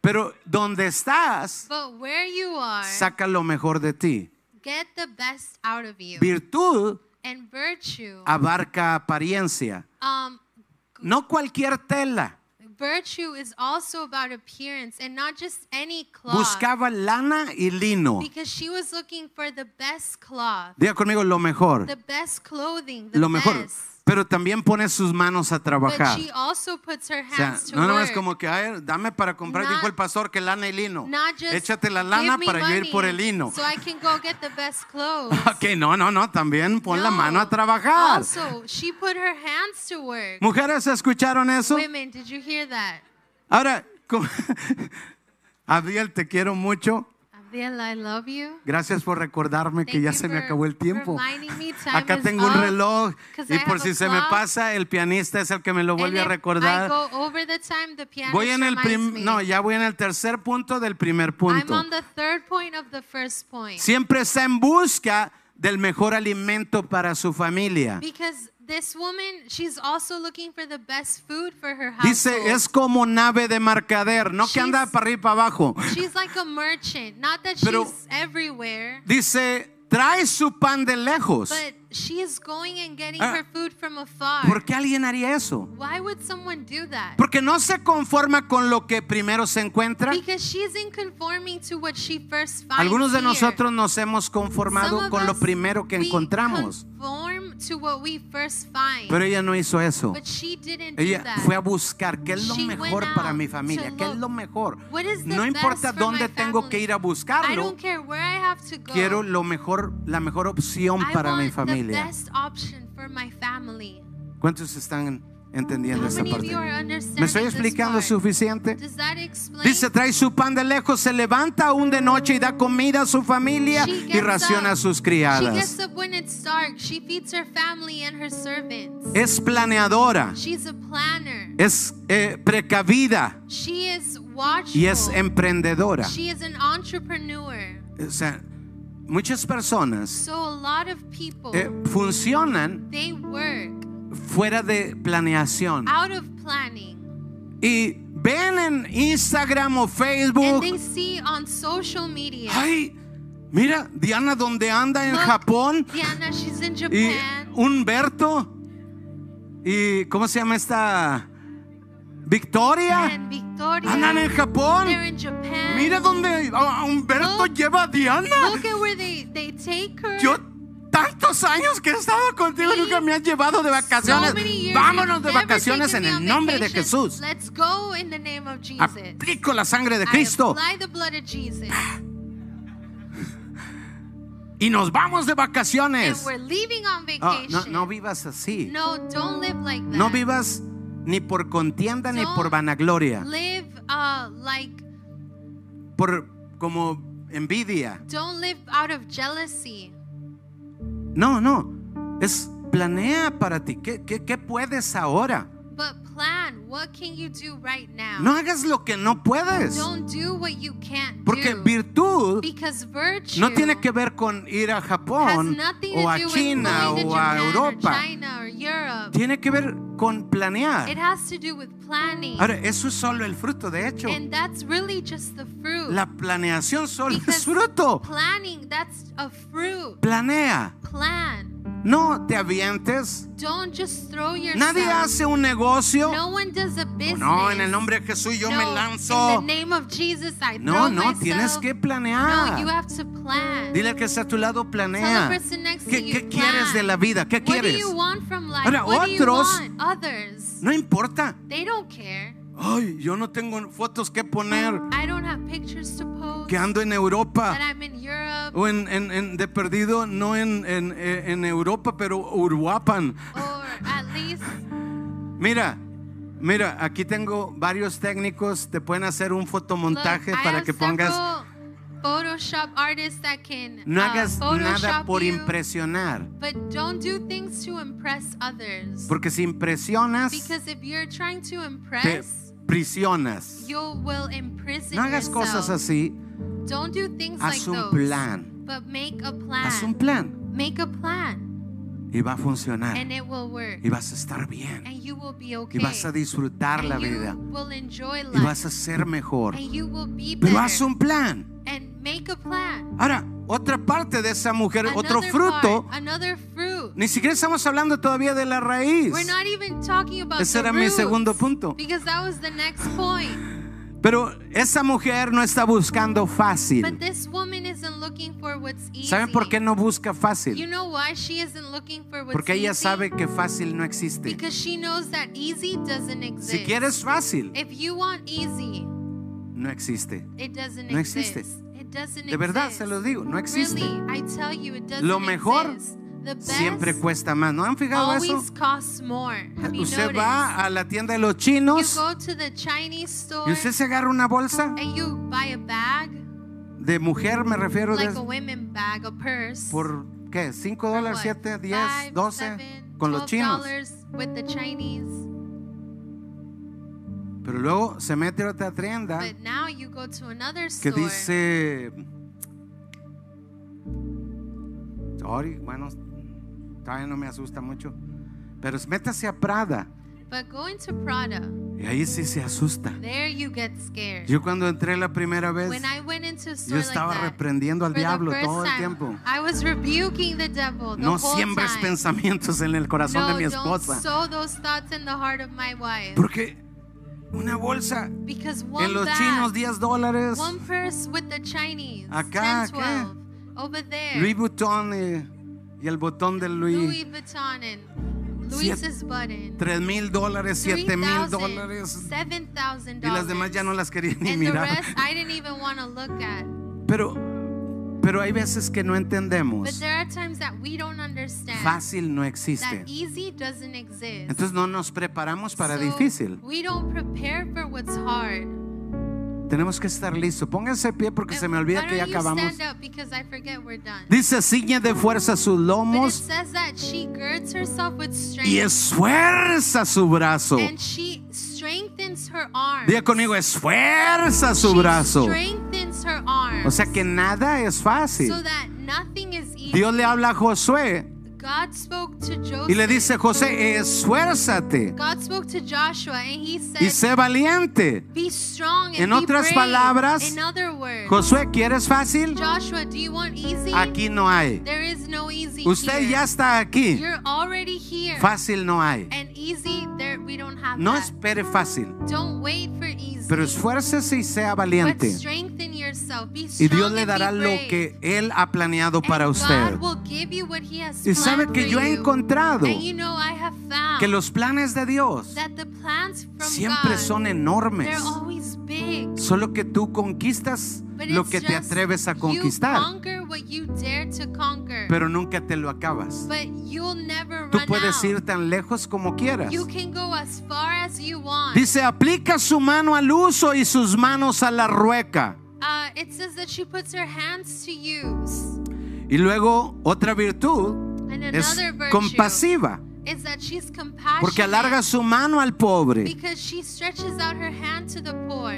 S1: pero donde estás,
S2: but where you are,
S1: saca lo mejor de ti.
S2: get the best out of you.
S1: Virtud
S2: And virtue,
S1: Ah. abarca apariencia.
S2: um,
S1: No cualquier tela.
S2: virtue is also about appearance and not just any cloth.
S1: Buscaba lana y lino.
S2: Because she was looking for the best cloth,
S1: Diga conmigo lo mejor.
S2: the best clothing, the
S1: Lo mejor.
S2: best.
S1: Pero también pone sus manos a
S2: But
S1: trabajar.
S2: she also puts her
S1: O sea,
S2: hands to
S1: no nomás
S2: work.
S1: como que, "Ay, dame para comprar,
S2: Not-
S1: dijo el pastor, que lana y lino.
S2: Not just
S1: Échate la
S2: "Give
S1: lana
S2: me
S1: para yo ir
S2: money
S1: por el lino.
S2: So I can go get the best clothes.
S1: Ok, no, no, no, también pon la
S2: No.
S1: mano a trabajar.
S2: Also, she put her hands to work.
S1: Mujeres, ¿escucharon eso?
S2: Women, did you hear that?
S1: Ahora, como- Abiel, te quiero mucho.
S2: Abdel, I love you.
S1: Gracias por recordarme que
S2: Thank
S1: ya
S2: you
S1: se me
S2: for
S1: acabó el tiempo.
S2: reminding me time
S1: Acá
S2: is
S1: tengo un
S2: up,
S1: reloj
S2: 'cause
S1: y
S2: I
S1: por
S2: have
S1: si
S2: a
S1: se me
S2: clock.
S1: pasa, el pianista es el que me lo
S2: And
S1: vuelve a
S2: if I
S1: recordar.
S2: go over the time, the pianist
S1: Voy en el
S2: reminds
S1: prim-
S2: me.
S1: no, ya voy en el tercer punto del primer
S2: I'm
S1: punto.
S2: on the third point of the first point.
S1: Siempre está en busca del mejor alimento para su familia.
S2: Because this woman, she's also looking for the best food for her household.
S1: Dice, es como nave de mercader, no que
S2: She's-
S1: anda para arriba y para abajo.
S2: She's like a merchant. Not that
S1: Pero-
S2: she's everywhere,
S1: Dice, trae su pan de lejos.
S2: but she is going and getting
S1: Ah.
S2: her food from afar.
S1: ¿Por qué alguien haría eso?
S2: Why would someone do that?
S1: Porque no se conforma con lo que primero se encuentra.
S2: Because she isn't conforming to what she first finds.
S1: Algunos de
S2: here.
S1: nosotros nos hemos
S2: Some
S1: conformado
S2: of
S1: con lo
S2: us,
S1: primero que
S2: we
S1: encontramos.
S2: conform look to what we first find.
S1: Pero ella no hizo eso.
S2: But she didn't do
S1: Ella
S2: that.
S1: fue a buscar qué es lo
S2: She went
S1: mejor
S2: out
S1: para mi
S2: to
S1: familia, qué es
S2: look.
S1: lo mejor.
S2: What is the
S1: No
S2: best
S1: importa
S2: for my
S1: dónde tengo
S2: family?
S1: que ir a
S2: I
S1: buscarlo,
S2: don't care where I have to go.
S1: quiero lo mejor, la mejor opción
S2: I
S1: para
S2: want
S1: mi
S2: the
S1: familia.
S2: best option for my family.
S1: ¿Cuántos están entendiendo
S2: How
S1: esta
S2: many of you are
S1: parte?
S2: understanding
S1: ¿Me estoy
S2: this
S1: explicando
S2: part?
S1: suficiente?
S2: Does that explain?
S1: Dice, trae su pan de lejos, se levanta aún de noche y da comida a su familia
S2: She
S1: y
S2: gets
S1: raciona a
S2: up.
S1: sus
S2: She gets
S1: criadas.
S2: up when it's dark. She feeds her family and her servants.
S1: Es planeadora,
S2: She's a planner.
S1: es eh, precavida
S2: She is watchful.
S1: y es emprendedora.
S2: She is an entrepreneur.
S1: O sea, muchas personas
S2: So a lot of people
S1: eh, funcionan
S2: they work
S1: fuera de planeación
S2: out of planning.
S1: y ven en Instagram o
S2: And
S1: Facebook,
S2: they see on social media.
S1: ay, mira, Diana donde anda en
S2: "Look,
S1: Japón
S2: Diana, she's in
S1: y
S2: Japan.
S1: Humberto y ¿cómo se llama esta? Victoria.
S2: and Victoria.
S1: Andan en Japón.
S2: They're in Japan.
S1: Mira donde a- a Humberto
S2: Look.
S1: lleva a Diana.
S2: Look at where they, they take her.
S1: Yo tantos años que he estado contigo
S2: Sí.
S1: nunca me has llevado de vacaciones.
S2: So many years
S1: Vámonos de
S2: you've never
S1: vacaciones en
S2: taken me
S1: el
S2: on
S1: nombre de
S2: vacation.
S1: Jesús.
S2: Let's go in the name of Jesus.
S1: Aplico la sangre de
S2: I
S1: Cristo
S2: apply the blood of Jesus.
S1: y nos vamos de
S2: And
S1: vacaciones.
S2: we're leaving on
S1: Ah,
S2: vacation.
S1: no, no vivas así.
S2: No, don't live like that.
S1: No vivas ni por contienda ni por
S2: Don't
S1: vanagloria,
S2: Live uh, like,
S1: por como envidia.
S2: don't live out of jealousy.
S1: No, no. Es planea para ti. ¿Qué, qué, qué puedes ahora?
S2: But plan. What can you do right now?
S1: No hagas lo que no puedes.
S2: Don't do what you can't
S1: Porque
S2: do.
S1: virtud
S2: because virtue
S1: no tiene que ver con ir a Japón
S2: has nothing
S1: o
S2: to
S1: a
S2: do with
S1: China
S2: going to
S1: o a
S2: Japan
S1: Europa.
S2: Or China or Europe.
S1: Tiene que ver con
S2: It
S1: planear.
S2: has to do with planning.
S1: Ahora, eso es solo el fruto, de hecho.
S2: and that's really just the fruit.
S1: La planeación solo es
S2: Because
S1: fruto.
S2: Planning, that's a fruit.
S1: Planea.
S2: Plan.
S1: No te avientes.
S2: Don't just throw yourself.
S1: Nadie hace un negocio.
S2: no one does a business.
S1: No, en el nombre de Jesús yo
S2: No,
S1: me lanzo.
S2: In the name of Jesus, I
S1: No,
S2: throw
S1: no,
S2: myself.
S1: tienes que
S2: No, you
S1: planear.
S2: have to plan.
S1: Dile al que está a tu lado,
S2: Tell
S1: planea.
S2: the person next to
S1: ¿Qué,
S2: you,
S1: qué quieres
S2: plan.
S1: de la vida? ¿Qué
S2: What do
S1: quieres?
S2: you want from life?
S1: Ahora,
S2: What do you
S1: otros-
S2: want? Others.
S1: No importa.
S2: They don't care.
S1: Ay, yo no tengo fotos que poner.
S2: I don't have pictures to post.
S1: Que ando en
S2: that
S1: Europa.
S2: I'm in Europe.
S1: O en, en- en- de perdido, no en, en- eh, en Europa, pero Uruapan.
S2: or at least
S1: Mira, mira, aquí tengo varios técnicos. Te pueden hacer un
S2: look, I
S1: fotomontaje para
S2: have
S1: que pongas.
S2: several Photoshop artists that can
S1: No
S2: uh,
S1: hagas
S2: Photoshop
S1: nada por
S2: you,
S1: impresionar.
S2: but don't do things to impress others.
S1: Porque si impresionas,
S2: Because if you're trying to
S1: te
S2: impress,
S1: prisionas.
S2: you will imprison
S1: No hagas
S2: yourself.
S1: cosas así.
S2: Don't do things
S1: Haz
S2: like
S1: un
S2: those.
S1: plan.
S2: But make a plan.
S1: Haz un plan
S2: Make a plan,
S1: y va a funcionar.
S2: and it will work,
S1: Ah. Y vas a estar bien.
S2: and you will be okay.
S1: Y vas a disfrutar
S2: and
S1: la
S2: you
S1: vida.
S2: will enjoy
S1: Y vas
S2: life,
S1: a ser mejor.
S2: and you will be
S1: Pero
S2: better.
S1: haz un plan.
S2: and make a plan.
S1: Ahora, otra parte de esa mujer, otro
S2: Another
S1: fruto.
S2: part, another fruit.
S1: Ni siquiera estamos hablando todavía de la raíz.
S2: We're not even talking about
S1: Ese
S2: the
S1: era mi
S2: roots,
S1: segundo punto.
S2: Because that was the next point.
S1: Pero esa mujer no está buscando
S2: But
S1: fácil.
S2: this woman isn't looking for what's easy.
S1: ¿Saben por qué no busca
S2: You
S1: fácil?
S2: know why she isn't looking for what's
S1: Porque ella
S2: easy?
S1: sabe que fácil no existe.
S2: Because she knows that easy doesn't exist.
S1: Si quieres fácil,
S2: If you want easy,
S1: no existe.
S2: it doesn't
S1: No
S2: exist.
S1: existe.
S2: It doesn't
S1: De verdad
S2: exist.
S1: se lo digo, no existe.
S2: Really, I tell you, it doesn't
S1: Lo mejor
S2: exist. The best
S1: Siempre cuesta más. ¿No han fijado eso?
S2: always costs more. Have you
S1: Usted
S2: noticed?
S1: va a la tienda de los
S2: You
S1: chinos
S2: go to the Chinese store
S1: y usted se agarra una bolsa
S2: and you buy a bag,
S1: de mujer, me refiero,
S2: like a
S1: de-
S2: women bag, a purse.
S1: por ¿qué? ¿5 dólares,
S2: what?
S1: 7, 10,
S2: Five,
S1: 12
S2: seven,
S1: con los
S2: 12
S1: chinos?
S2: dollars with the Chinese.
S1: Pero luego se mete a otra tienda
S2: But now you go to another
S1: Ah. que
S2: store.
S1: dice. Sorry, bueno, todavía no me asusta mucho. Pero métase a Prada
S2: But going to Prada,
S1: y ahí sí se asusta.
S2: there you get scared.
S1: Yo cuando entré la primera vez,
S2: when I went into a
S1: yo
S2: store
S1: estaba
S2: like that,
S1: reprendiendo al
S2: for
S1: diablo
S2: the first
S1: todo el
S2: time,
S1: tiempo.
S2: I was rebuking the devil the
S1: No
S2: whole
S1: siembres
S2: time.
S1: pensamientos en el corazón
S2: no,
S1: de mi
S2: don't
S1: esposa.
S2: sow those thoughts in the heart of my wife.
S1: Porque una bolsa
S2: Because one
S1: en los
S2: bag,
S1: chinos 10 dólares,
S2: One purse with the Chinese.
S1: Acá,
S2: 10, 12. Over there.
S1: Louis Vuitton, eh, y el botón de
S2: Louis
S1: Luis.
S2: Vuitton and Louis's button.
S1: Tres mil dólares, siete mil dólares.
S2: $7,000.
S1: Y las demás ya no las quería ni
S2: And the
S1: mirar.
S2: rest I didn't even want to look at.
S1: Pero, pero hay veces que no
S2: But
S1: entendemos.
S2: there are times that we don't understand
S1: Fácil no existe.
S2: that easy doesn't exist.
S1: Entonces no nos preparamos para
S2: So,
S1: difícil.
S2: We don't prepare for what's hard.
S1: Tenemos que estar listos. Pónganse pie porque se me
S2: And
S1: olvida
S2: why
S1: que ya
S2: don't you
S1: acabamos.
S2: Stand up because I forget we're done.
S1: Dice, ciñe de fuerza sus
S2: But it
S1: lomos
S2: says that she girds herself with strength
S1: y esfuerza su brazo.
S2: and she strengthens her arm.
S1: Diga conmigo, esfuerza su
S2: she
S1: brazo.
S2: strengthens her arm.
S1: O sea que nada es fácil.
S2: so that nothing is easy.
S1: Dios le habla a Josué
S2: God spoke to Joseph.
S1: y le dice, José, esfuérzate
S2: God spoke to Joshua and he said,
S1: y sé valiente.
S2: be strong and
S1: E En
S2: be
S1: otras
S2: brave.
S1: palabras,
S2: In other words,
S1: Josué, ¿quieres fácil?
S2: Joshua, do you want easy?
S1: Aquí no hay.
S2: There is no easy
S1: Usted
S2: here.
S1: ya está aquí.
S2: You're already here.
S1: Fácil no hay.
S2: And easy, there we don't have
S1: No
S2: that.
S1: espere fácil,
S2: Don't wait for easy.
S1: pero esfuércese y sea
S2: but
S1: valiente.
S2: strengthen yourself. Be
S1: Y
S2: strong
S1: Dios le
S2: and
S1: dará
S2: be
S1: lo
S2: brave.
S1: que Él ha planeado para
S2: And
S1: usted.
S2: God will give you what he has
S1: Y sabe
S2: planned
S1: que
S2: for
S1: yo he
S2: you.
S1: encontrado
S2: And you know I have found
S1: que los planes de Dios
S2: that the plans from
S1: siempre
S2: God,
S1: son enormes.
S2: they're always big.
S1: Solo que tú conquistas
S2: But
S1: lo
S2: it's
S1: que te
S2: just
S1: atreves a
S2: you
S1: conquistar,
S2: conquer what you dare to conquer.
S1: pero nunca te lo acabas.
S2: but you'll never
S1: Tú
S2: run
S1: puedes
S2: out.
S1: ir tan lejos como quieras.
S2: You can go as far as you want.
S1: Dice, aplica su mano al uso y sus manos a la rueca.
S2: Uh, it says that she puts her hands to use.
S1: Y luego otra virtud
S2: And
S1: es
S2: another virtue
S1: compasiva,
S2: is that she's compassionate
S1: porque alarga su mano al pobre,
S2: because she stretches out her hand to the poor.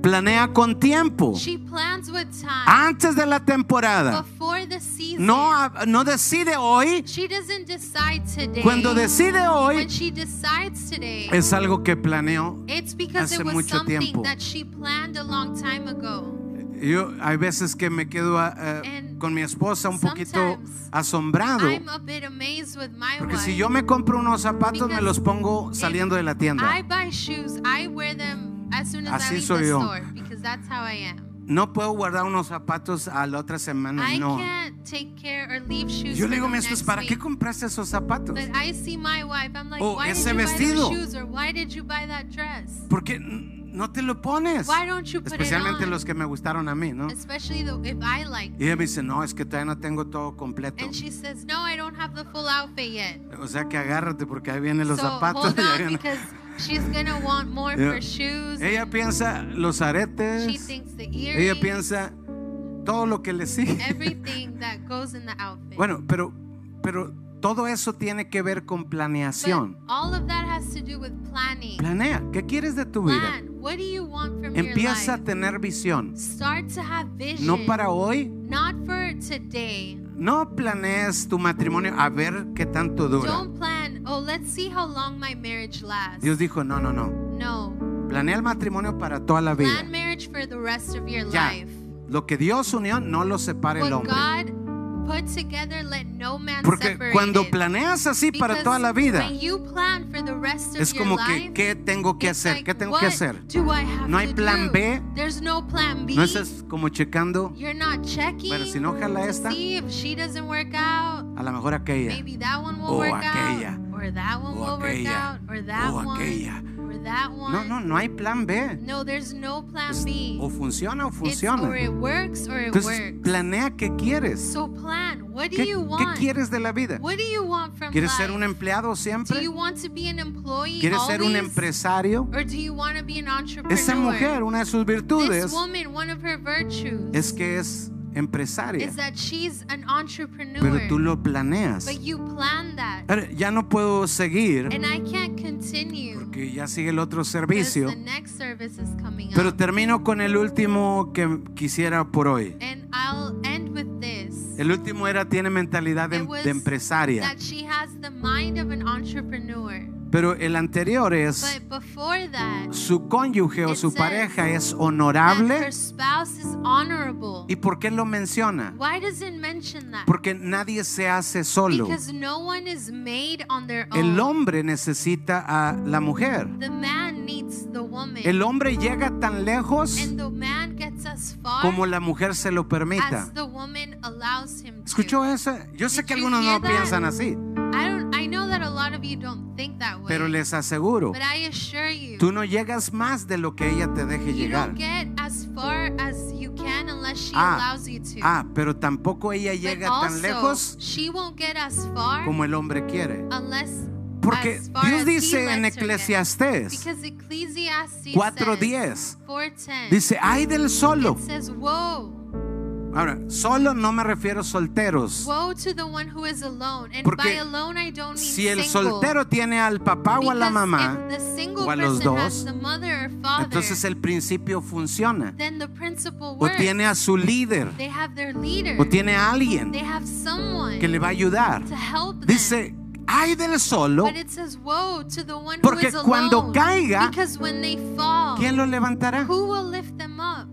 S1: planea con tiempo,
S2: She plans with time
S1: antes de la temporada.
S2: before the season.
S1: Ah, No, ah. a- no decide hoy.
S2: she doesn't decide today.
S1: Cuando decide hoy,
S2: when she decides today,
S1: es algo que planeó.
S2: it's because
S1: hace
S2: it was
S1: mucho
S2: something
S1: tiempo.
S2: that she planned a long time ago.
S1: Yo hay veces que me quedo ah, ah,
S2: And
S1: con mi esposa un poquito
S2: sometimes
S1: asombrado.
S2: I'm a bit amazed with my
S1: Porque
S2: wife.
S1: si yo me compro unos zapatos, me
S2: Because
S1: los pongo saliendo de la
S2: I
S1: tienda.
S2: buy shoes, I wear them as soon as
S1: Así
S2: I leave
S1: soy
S2: the
S1: yo.
S2: store because that's how I am.
S1: No puedo guardar unos zapatos a la otra semana,
S2: I
S1: no.
S2: can't take care or leave shoes.
S1: Yo
S2: for
S1: le digo a
S2: the
S1: mi esposa,
S2: next
S1: ¿para qué
S2: week."
S1: compraste esos zapatos?
S2: But I see my wife. I'm like,
S1: Oh,
S2: why did
S1: ese
S2: you
S1: vestido.
S2: buy those shoes or why did you buy that dress?
S1: ¿Por qué n- no te lo pones?
S2: Why don't you put it
S1: Especialmente
S2: on?
S1: los que me gustaron a mí, ¿no?
S2: Especially the, if I like.
S1: Y ella me dice, no, es que todavía no tengo todo completo.
S2: And she says, no, I don't have the full outfit yet.
S1: O sea que agárrate porque ahí vienen los
S2: so
S1: zapatos.
S2: hold
S1: y ahí
S2: on
S1: vienen-
S2: because she's gonna want more
S1: Yeah.
S2: for shoes.
S1: Ella piensa los
S2: She
S1: aretes.
S2: thinks the
S1: Ella
S2: earrings,
S1: piensa todo lo que le sigue.
S2: everything that goes in the outfit.
S1: Bueno, pero, pero todo eso tiene que ver con
S2: But
S1: planeación.
S2: all of that has to do with planning.
S1: Planea, ¿qué quieres de tu vida?
S2: Plan. What do you want from
S1: Empieza
S2: your
S1: a
S2: life?
S1: tener visión.
S2: Start to have vision.
S1: No para hoy,
S2: Not for today.
S1: no planees tu matrimonio a ver qué tanto dura.
S2: Don't plan, oh, let's see how long my marriage lasts.
S1: Dios dijo, no, no, no.
S2: no.
S1: Planea el matrimonio para toda la vida.
S2: Plan marriage for the rest of your
S1: Ya.
S2: life.
S1: Lo que Dios unió no lo separe el
S2: What
S1: hombre.
S2: God put together, let no man
S1: Porque
S2: separate.
S1: cuando
S2: it.
S1: planeas así para
S2: Because
S1: toda la vida,
S2: when you plan for the rest of
S1: es
S2: your
S1: como que,
S2: life,
S1: ¿qué tengo que
S2: it's
S1: hacer?
S2: like,
S1: ¿Qué tengo
S2: what
S1: que hacer?
S2: do I have
S1: No hay
S2: to
S1: plan
S2: do?
S1: B.
S2: There's no plan B.
S1: No estás como checando,
S2: You're not checking
S1: Bueno, si no jala
S2: to
S1: esta.
S2: see if she doesn't work out.
S1: a lo mejor aquella.
S2: Maybe that one will
S1: O
S2: work
S1: aquella.
S2: out, or that
S1: O
S2: one will work
S1: aquella.
S2: out, or that
S1: O
S2: one,
S1: aquella.
S2: or that one.
S1: No, no, no hay plan B.
S2: No, there's no plan
S1: Es-
S2: B.
S1: O funciona o
S2: It's or
S1: funciona.
S2: it works or it
S1: Entonces,
S2: works.
S1: planea qué quieres.
S2: So plan. What do
S1: ¿Qué,
S2: you
S1: qué
S2: want?
S1: quieres de la vida?
S2: What do you want from
S1: ¿Quieres
S2: life?
S1: ser un empleado
S2: do
S1: siempre?
S2: you want to be an employee
S1: ¿Quieres ser un
S2: always?
S1: empresario?
S2: Or do you want to be an entrepreneur?
S1: Esa mujer, una de sus virtudes
S2: this woman, one of her virtues
S1: es que es empresaria,
S2: is that she's an entrepreneur.
S1: pero tú lo planeas.
S2: But you plan that.
S1: A ver, Ya no puedo seguir
S2: And I can't continue
S1: porque ya sigue el otro
S2: because
S1: servicio,
S2: the next service is coming
S1: pero
S2: up.
S1: termino con el último que quisiera por hoy.
S2: And I'll end with this.
S1: El último era tiene mentalidad de, em-,
S2: It was
S1: de empresaria,
S2: That she has the mind of an entrepreneur.
S1: pero el anterior es
S2: But before that,
S1: su cónyuge o
S2: it
S1: su
S2: says
S1: pareja es
S2: that
S1: honorable.
S2: her spouse is honorable.
S1: ¿Y por qué lo menciona?
S2: Why does it mention that?
S1: Porque nadie se hace solo.
S2: Because no one is made on their
S1: El
S2: own.
S1: hombre necesita a la mujer.
S2: The man needs the woman.
S1: El hombre llega tan lejos
S2: and the man gets as far
S1: como la mujer se lo permita.
S2: as the woman allows allows him to.
S1: ¿Escuchó eso? Yo sé
S2: Did
S1: que
S2: you
S1: algunos no
S2: hear that?
S1: piensan así,
S2: I don't I know that a lot of you don't think that way.
S1: pero les aseguro,
S2: but I assure you,
S1: tú no llegas más de lo que ella te deje
S2: you
S1: llegar.
S2: don't get as far as you can unless she
S1: Ah,
S2: allows you to.
S1: ah, pero tampoco ella
S2: but
S1: llega
S2: also,
S1: tan lejos
S2: she won't get as far
S1: como el hombre quiere.
S2: unless
S1: Porque
S2: as far
S1: Dios
S2: as he
S1: dice en
S2: lets her get.
S1: Eclesiastés
S2: Because Ecclesiastes
S1: 4:10
S2: says, 4:10,
S1: dice, "Ay del solo."
S2: it says, woe,
S1: Ahora, solo no me refiero a solteros.
S2: woe to the one who is alone. And by
S1: Porque
S2: alone I don't mean
S1: Si el
S2: single.
S1: soltero tiene al papá o a la
S2: Because
S1: mamá,
S2: if the single
S1: o a los
S2: person
S1: dos,
S2: has the mother or father,
S1: entonces el principio funciona.
S2: then the principle
S1: O
S2: works.
S1: tiene a su líder,
S2: they have their leader.
S1: o tiene a
S2: they
S1: alguien
S2: have someone
S1: que le va a ayudar.
S2: to help them.
S1: Dice, "Ay del solo."
S2: but it says, woe to the one
S1: Porque
S2: who is alone.
S1: cuando caiga,
S2: because when they fall,
S1: ¿Quién lo levantará?
S2: who will lift them up?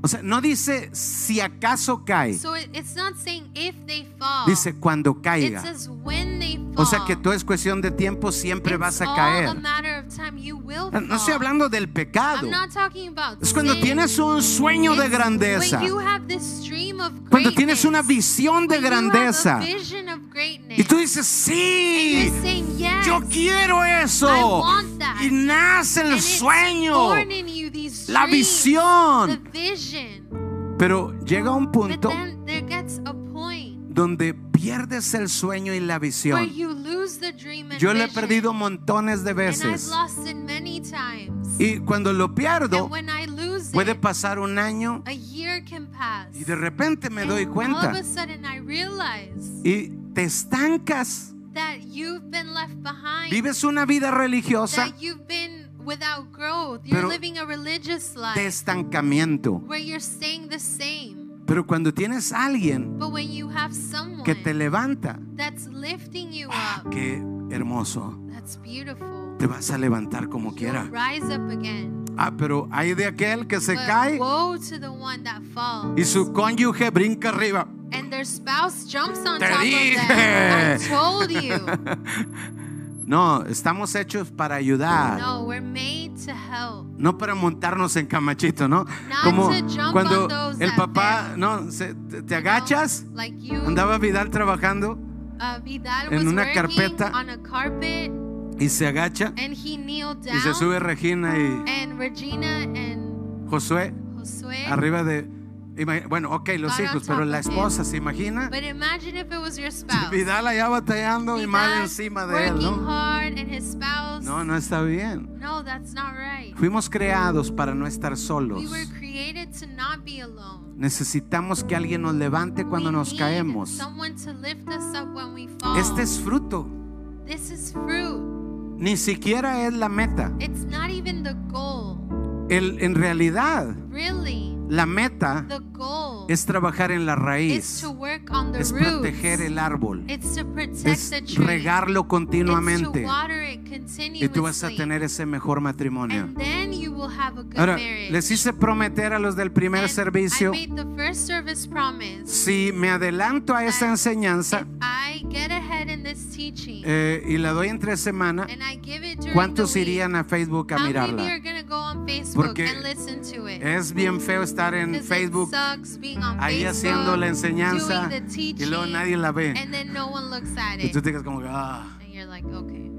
S1: O sea, no dice si acaso cae,
S2: So it, it's not saying if they fall.
S1: dice cuando
S2: it
S1: caiga.
S2: says when they fall.
S1: O sea que todo es cuestión de tiempo, siempre
S2: It's
S1: vas a
S2: all
S1: caer.
S2: a matter of time. You will
S1: No estoy
S2: fall.
S1: hablando del pecado.
S2: I'm not talking about
S1: Es cuando
S2: sin.
S1: tienes un sueño de
S2: It's
S1: grandeza.
S2: When you have this stream of greatness.
S1: Cuando tienes una visión de
S2: When you have a
S1: grandeza.
S2: vision of greatness.
S1: Y tú dices,
S2: You're
S1: sí,
S2: saying, yes,
S1: yo quiero
S2: I
S1: eso.
S2: want that.
S1: Y nace el
S2: and it's
S1: sueño,
S2: born in you these
S1: la
S2: dreams,
S1: visión.
S2: The vision.
S1: Pero llega un
S2: But
S1: punto
S2: then there gets a point
S1: donde pierdes el sueño y la
S2: where
S1: visión.
S2: you lose the dream and
S1: Yo lo he
S2: vision.
S1: perdido montones de
S2: and I've
S1: veces.
S2: lost it many times.
S1: Y cuando lo pierdo,
S2: and when I lose
S1: puede
S2: it,
S1: pasar un año
S2: a year can pass.
S1: y de repente me
S2: and
S1: doy
S2: all of
S1: cuenta.
S2: a sudden I realize
S1: Y te estancas.
S2: that you've been left behind.
S1: Vives una vida religiosa
S2: that you've been without growth. You're
S1: Pero-
S2: living a religious
S1: de
S2: life
S1: estancamiento.
S2: where you're staying the same.
S1: Pero cuando tienes a alguien
S2: But when you have someone
S1: que te levanta,
S2: that's lifting you
S1: ah,
S2: up,
S1: qué hermoso.
S2: that's beautiful.
S1: Te vas a levantar como
S2: You'll
S1: quiera.
S2: rise up again.
S1: Ah, pero hay de aquel que se
S2: But
S1: cae
S2: woe to the one that falls.
S1: y su cónyuge brinca arriba.
S2: and their spouse jumps on
S1: Te
S2: top of them. I
S1: dije.
S2: told you.
S1: No, estamos hechos para ayudar.
S2: No, we're made to help.
S1: No para montarnos en camachito, ¿no?
S2: Not
S1: Como
S2: to jump
S1: cuando
S2: on those uh,
S1: el
S2: that
S1: papá,
S2: fail.
S1: no, se- te, te
S2: You know,
S1: agachas,
S2: Like you,
S1: andaba Vidal trabajando
S2: uh, Vidal
S1: en
S2: was
S1: una
S2: working
S1: carpeta.
S2: on a carpet
S1: y se agacha
S2: and he kneeled down.
S1: y se sube Regina y
S2: and Regina and
S1: Josué
S2: Josue.
S1: arriba de imagi- bueno, ok, los
S2: Got on
S1: hijos,
S2: top
S1: pero la
S2: of him.
S1: esposa, ¿se imagina?
S2: But imagine if it was your spouse.
S1: Vidal allá batallando y mal
S2: Vidal
S1: encima de él,
S2: working
S1: ¿no?
S2: hard and his spouse.
S1: No, no está bien.
S2: No, that's not right.
S1: Fuimos creados para no estar solos.
S2: We were created to not be alone.
S1: Necesitamos que alguien nos levante cuando
S2: we
S1: nos
S2: need
S1: caemos.
S2: someone to lift us up when we fall.
S1: Este es fruto.
S2: this is fruit.
S1: Ni siquiera es la meta.
S2: It's not even the goal.
S1: El- en realidad,
S2: Really,
S1: la meta
S2: the goal
S1: es trabajar en la
S2: is
S1: raíz,
S2: to work on the
S1: es
S2: roots.
S1: proteger el árbol,
S2: it's to protect
S1: es
S2: the tree.
S1: regarlo
S2: it's to
S1: continuamente
S2: water it
S1: y
S2: continuously.
S1: tú vas a tener ese mejor matrimonio.
S2: And then you will have a good
S1: Ahora,
S2: marriage.
S1: les hice prometer a los del
S2: And
S1: primer
S2: I
S1: servicio,
S2: made the first service promise.
S1: si me adelanto a esa
S2: that
S1: enseñanza
S2: if I get ahead in this teaching
S1: eh, y la doy entre semana,
S2: and I give it during
S1: ¿cuántos
S2: the week,
S1: irían a Facebook a
S2: how many are
S1: mirarla?
S2: going to go on Facebook
S1: Porque eh,
S2: and listen to it?
S1: Es bien feo estar en
S2: 'Cause
S1: Mm, Facebook
S2: it sucks being on
S1: ahí
S2: Facebook,
S1: haciendo la enseñanza
S2: doing the
S1: y
S2: teaching,
S1: luego nadie la ve.
S2: and then no one looks at
S1: Y
S2: it.
S1: tú te quedas como, que, ah,
S2: And you're like, okay.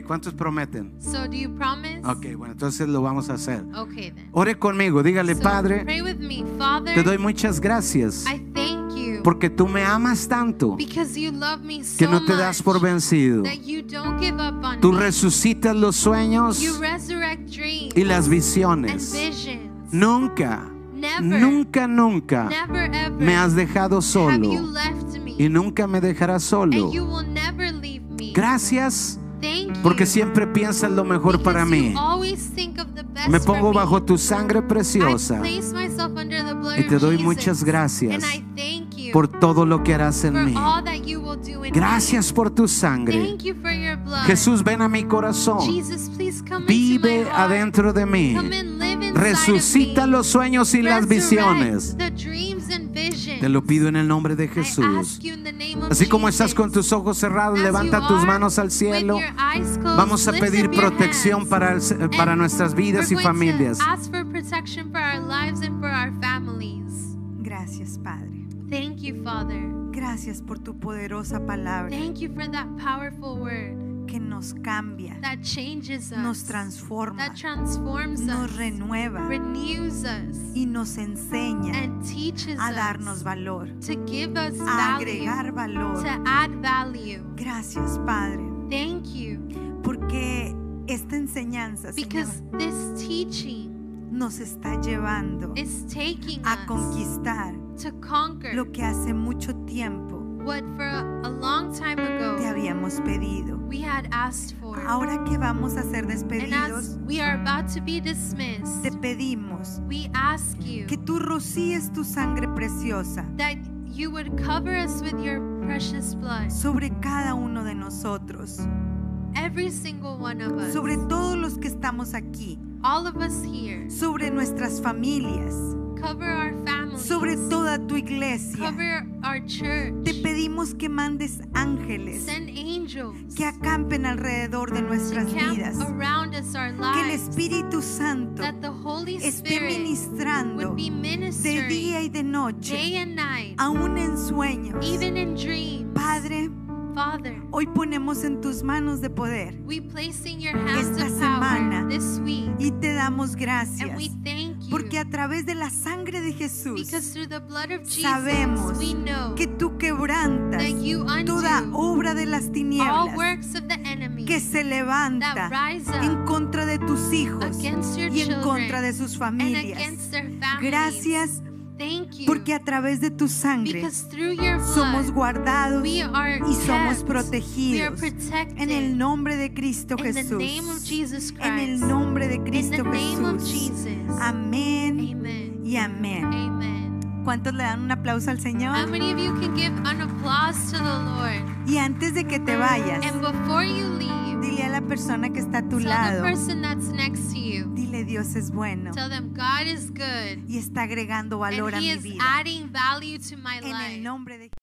S1: ok, ¿cuántos prometen?
S2: So do you promise?
S1: Ok, bueno, entonces lo vamos a hacer.
S2: Okay then.
S1: Ore conmigo, dígale,
S2: So
S1: Padre,
S2: pray with me, Father.
S1: te doy muchas gracias
S2: I thank you
S1: porque tú me amas tanto
S2: because you love me so
S1: que no te das por
S2: much.
S1: vencido.
S2: that you don't give up on
S1: Tú
S2: me.
S1: resucitas los sueños
S2: You resurrect dreams
S1: y las
S2: and
S1: visiones.
S2: visions.
S1: Nunca,
S2: never,
S1: nunca, nunca
S2: never ever
S1: me has dejado
S2: have you
S1: solo
S2: left me.
S1: y nunca me dejarás solo.
S2: and you will never leave me.
S1: Gracias
S2: Thank you.
S1: porque siempre piensas lo mejor
S2: because
S1: para mí.
S2: you always think of the best
S1: Me
S2: for
S1: pongo
S2: me.
S1: bajo tu sangre
S2: I
S1: preciosa
S2: place myself under the blood
S1: y te
S2: of
S1: doy
S2: Jesus,
S1: muchas gracias
S2: And I thank you
S1: por todo lo que harás
S2: for
S1: en mí.
S2: all that you will do in
S1: Gracias por tu
S2: me.
S1: sangre.
S2: Thank you for your blood.
S1: Jesús, ven a mi corazón.
S2: Jesus, please come into
S1: Vive
S2: my heart.
S1: adentro de mí.
S2: Come and live inside
S1: Resucita
S2: of me.
S1: los sueños y las visiones.
S2: Resurrect the dreams and visions.
S1: Te lo pido en el nombre de
S2: I
S1: Jesús.
S2: ask you in the name of
S1: Así como estás
S2: Jesus.
S1: con tus ojos cerrados,
S2: As
S1: levanta
S2: you
S1: tus
S2: are,
S1: manos al cielo.
S2: with your eyes closed,
S1: Vamos a
S2: lift up
S1: pedir
S2: your
S1: protección
S2: hands.
S1: para, el- para
S2: And
S1: nuestras vidas y
S2: we're going to
S1: familias.
S2: Ask for protection for our lives and for our families.
S3: Gracias, Padre.
S2: Thank you, Father.
S3: Gracias por tu poderosa palabra
S2: Thank you for that powerful word
S3: que nos cambia,
S2: that changes us,
S3: nos transforma,
S2: that transforms
S3: nos
S2: us,
S3: renueva
S2: renews us,
S3: y nos enseña
S2: and teaches
S3: a darnos
S2: us
S3: valor,
S2: to give us
S3: a
S2: value,
S3: agregar valor.
S2: to add value.
S3: Gracias, Padre,
S2: Thank you,
S3: porque esta enseñanza Señor,
S2: because this teaching
S3: nos está llevando
S2: is taking
S3: a
S2: us
S3: conquistar
S2: to conquer
S3: lo que hace mucho tiempo
S2: what for a, a long time
S3: te
S2: ago
S3: habíamos pedido.
S2: we had asked for.
S3: Ahora que vamos a ser
S2: And as
S3: despedidos,
S2: we are about to be dismissed,
S3: te pedimos
S2: we ask you
S3: que tú rocíes tu sangre preciosa
S2: that you would cover us with your precious blood,
S3: sobre cada uno de nosotros,
S2: every single one of us,
S3: sobre todos los que estamos aquí,
S2: all of us here.
S3: sobre nuestras familias,
S2: Cover our families,
S3: sobre toda tu iglesia.
S2: cover our church.
S3: Te pedimos que mandes ángeles
S2: Send angels
S3: que acampen alrededor de
S2: to
S3: nuestras
S2: camp
S3: vidas,
S2: around us, our
S3: que el
S2: lives,
S3: Espíritu Santo
S2: that the Holy
S3: esté
S2: Spirit
S3: ministrando
S2: would be
S3: de día
S2: ministering
S3: y de
S2: day
S3: noche,
S2: and night,
S3: aún en sueños.
S2: even in dreams.
S3: Padre,
S2: Father,
S3: hoy ponemos en tus manos de poder
S2: we place in your hands
S3: Esta
S2: of power
S3: semana.
S2: this week,
S3: y te damos
S2: and
S3: gracias
S2: we thank you.
S3: porque a través de la sangre de Jesús
S2: Because through the blood of Jesus,
S3: sabemos
S2: we know
S3: que tú quebrantas
S2: that you undo
S3: toda obra de las
S2: all
S3: tinieblas
S2: works of the enemy
S3: que se levanta
S2: that rise up
S3: en contra de tus hijos
S2: against your
S3: y en
S2: children
S3: contra de sus
S2: and
S3: familias.
S2: against their families.
S3: Gracias
S2: Thank you.
S3: porque a través de tu sangre
S2: because through your blood,
S3: somos guardados
S2: we are
S3: y somos
S2: kept. We are
S3: protegidos
S2: protected
S3: en el nombre de Cristo
S2: in the name of
S3: Jesús.
S2: Jesus Christ.
S3: En el nombre de
S2: in the
S3: Cristo
S2: name of
S3: Jesús.
S2: Jesus.
S3: Amén
S2: Amen.
S3: y amén.
S2: Amen.
S3: ¿Cuántos le dan un aplauso al
S2: How
S3: Señor?
S2: many of you can give an applause to the Lord?
S3: Y antes de que te vayas,
S2: And before you leave,
S3: dile a la persona que está a tu
S2: tell the
S3: lado,
S2: person that's next to you.
S3: dile Dios es bueno
S2: Tell them God is good
S3: y está agregando
S2: and
S3: valor a
S2: He
S3: mi
S2: is
S3: vida.
S2: adding value to my
S3: En el
S2: life.
S3: nombre de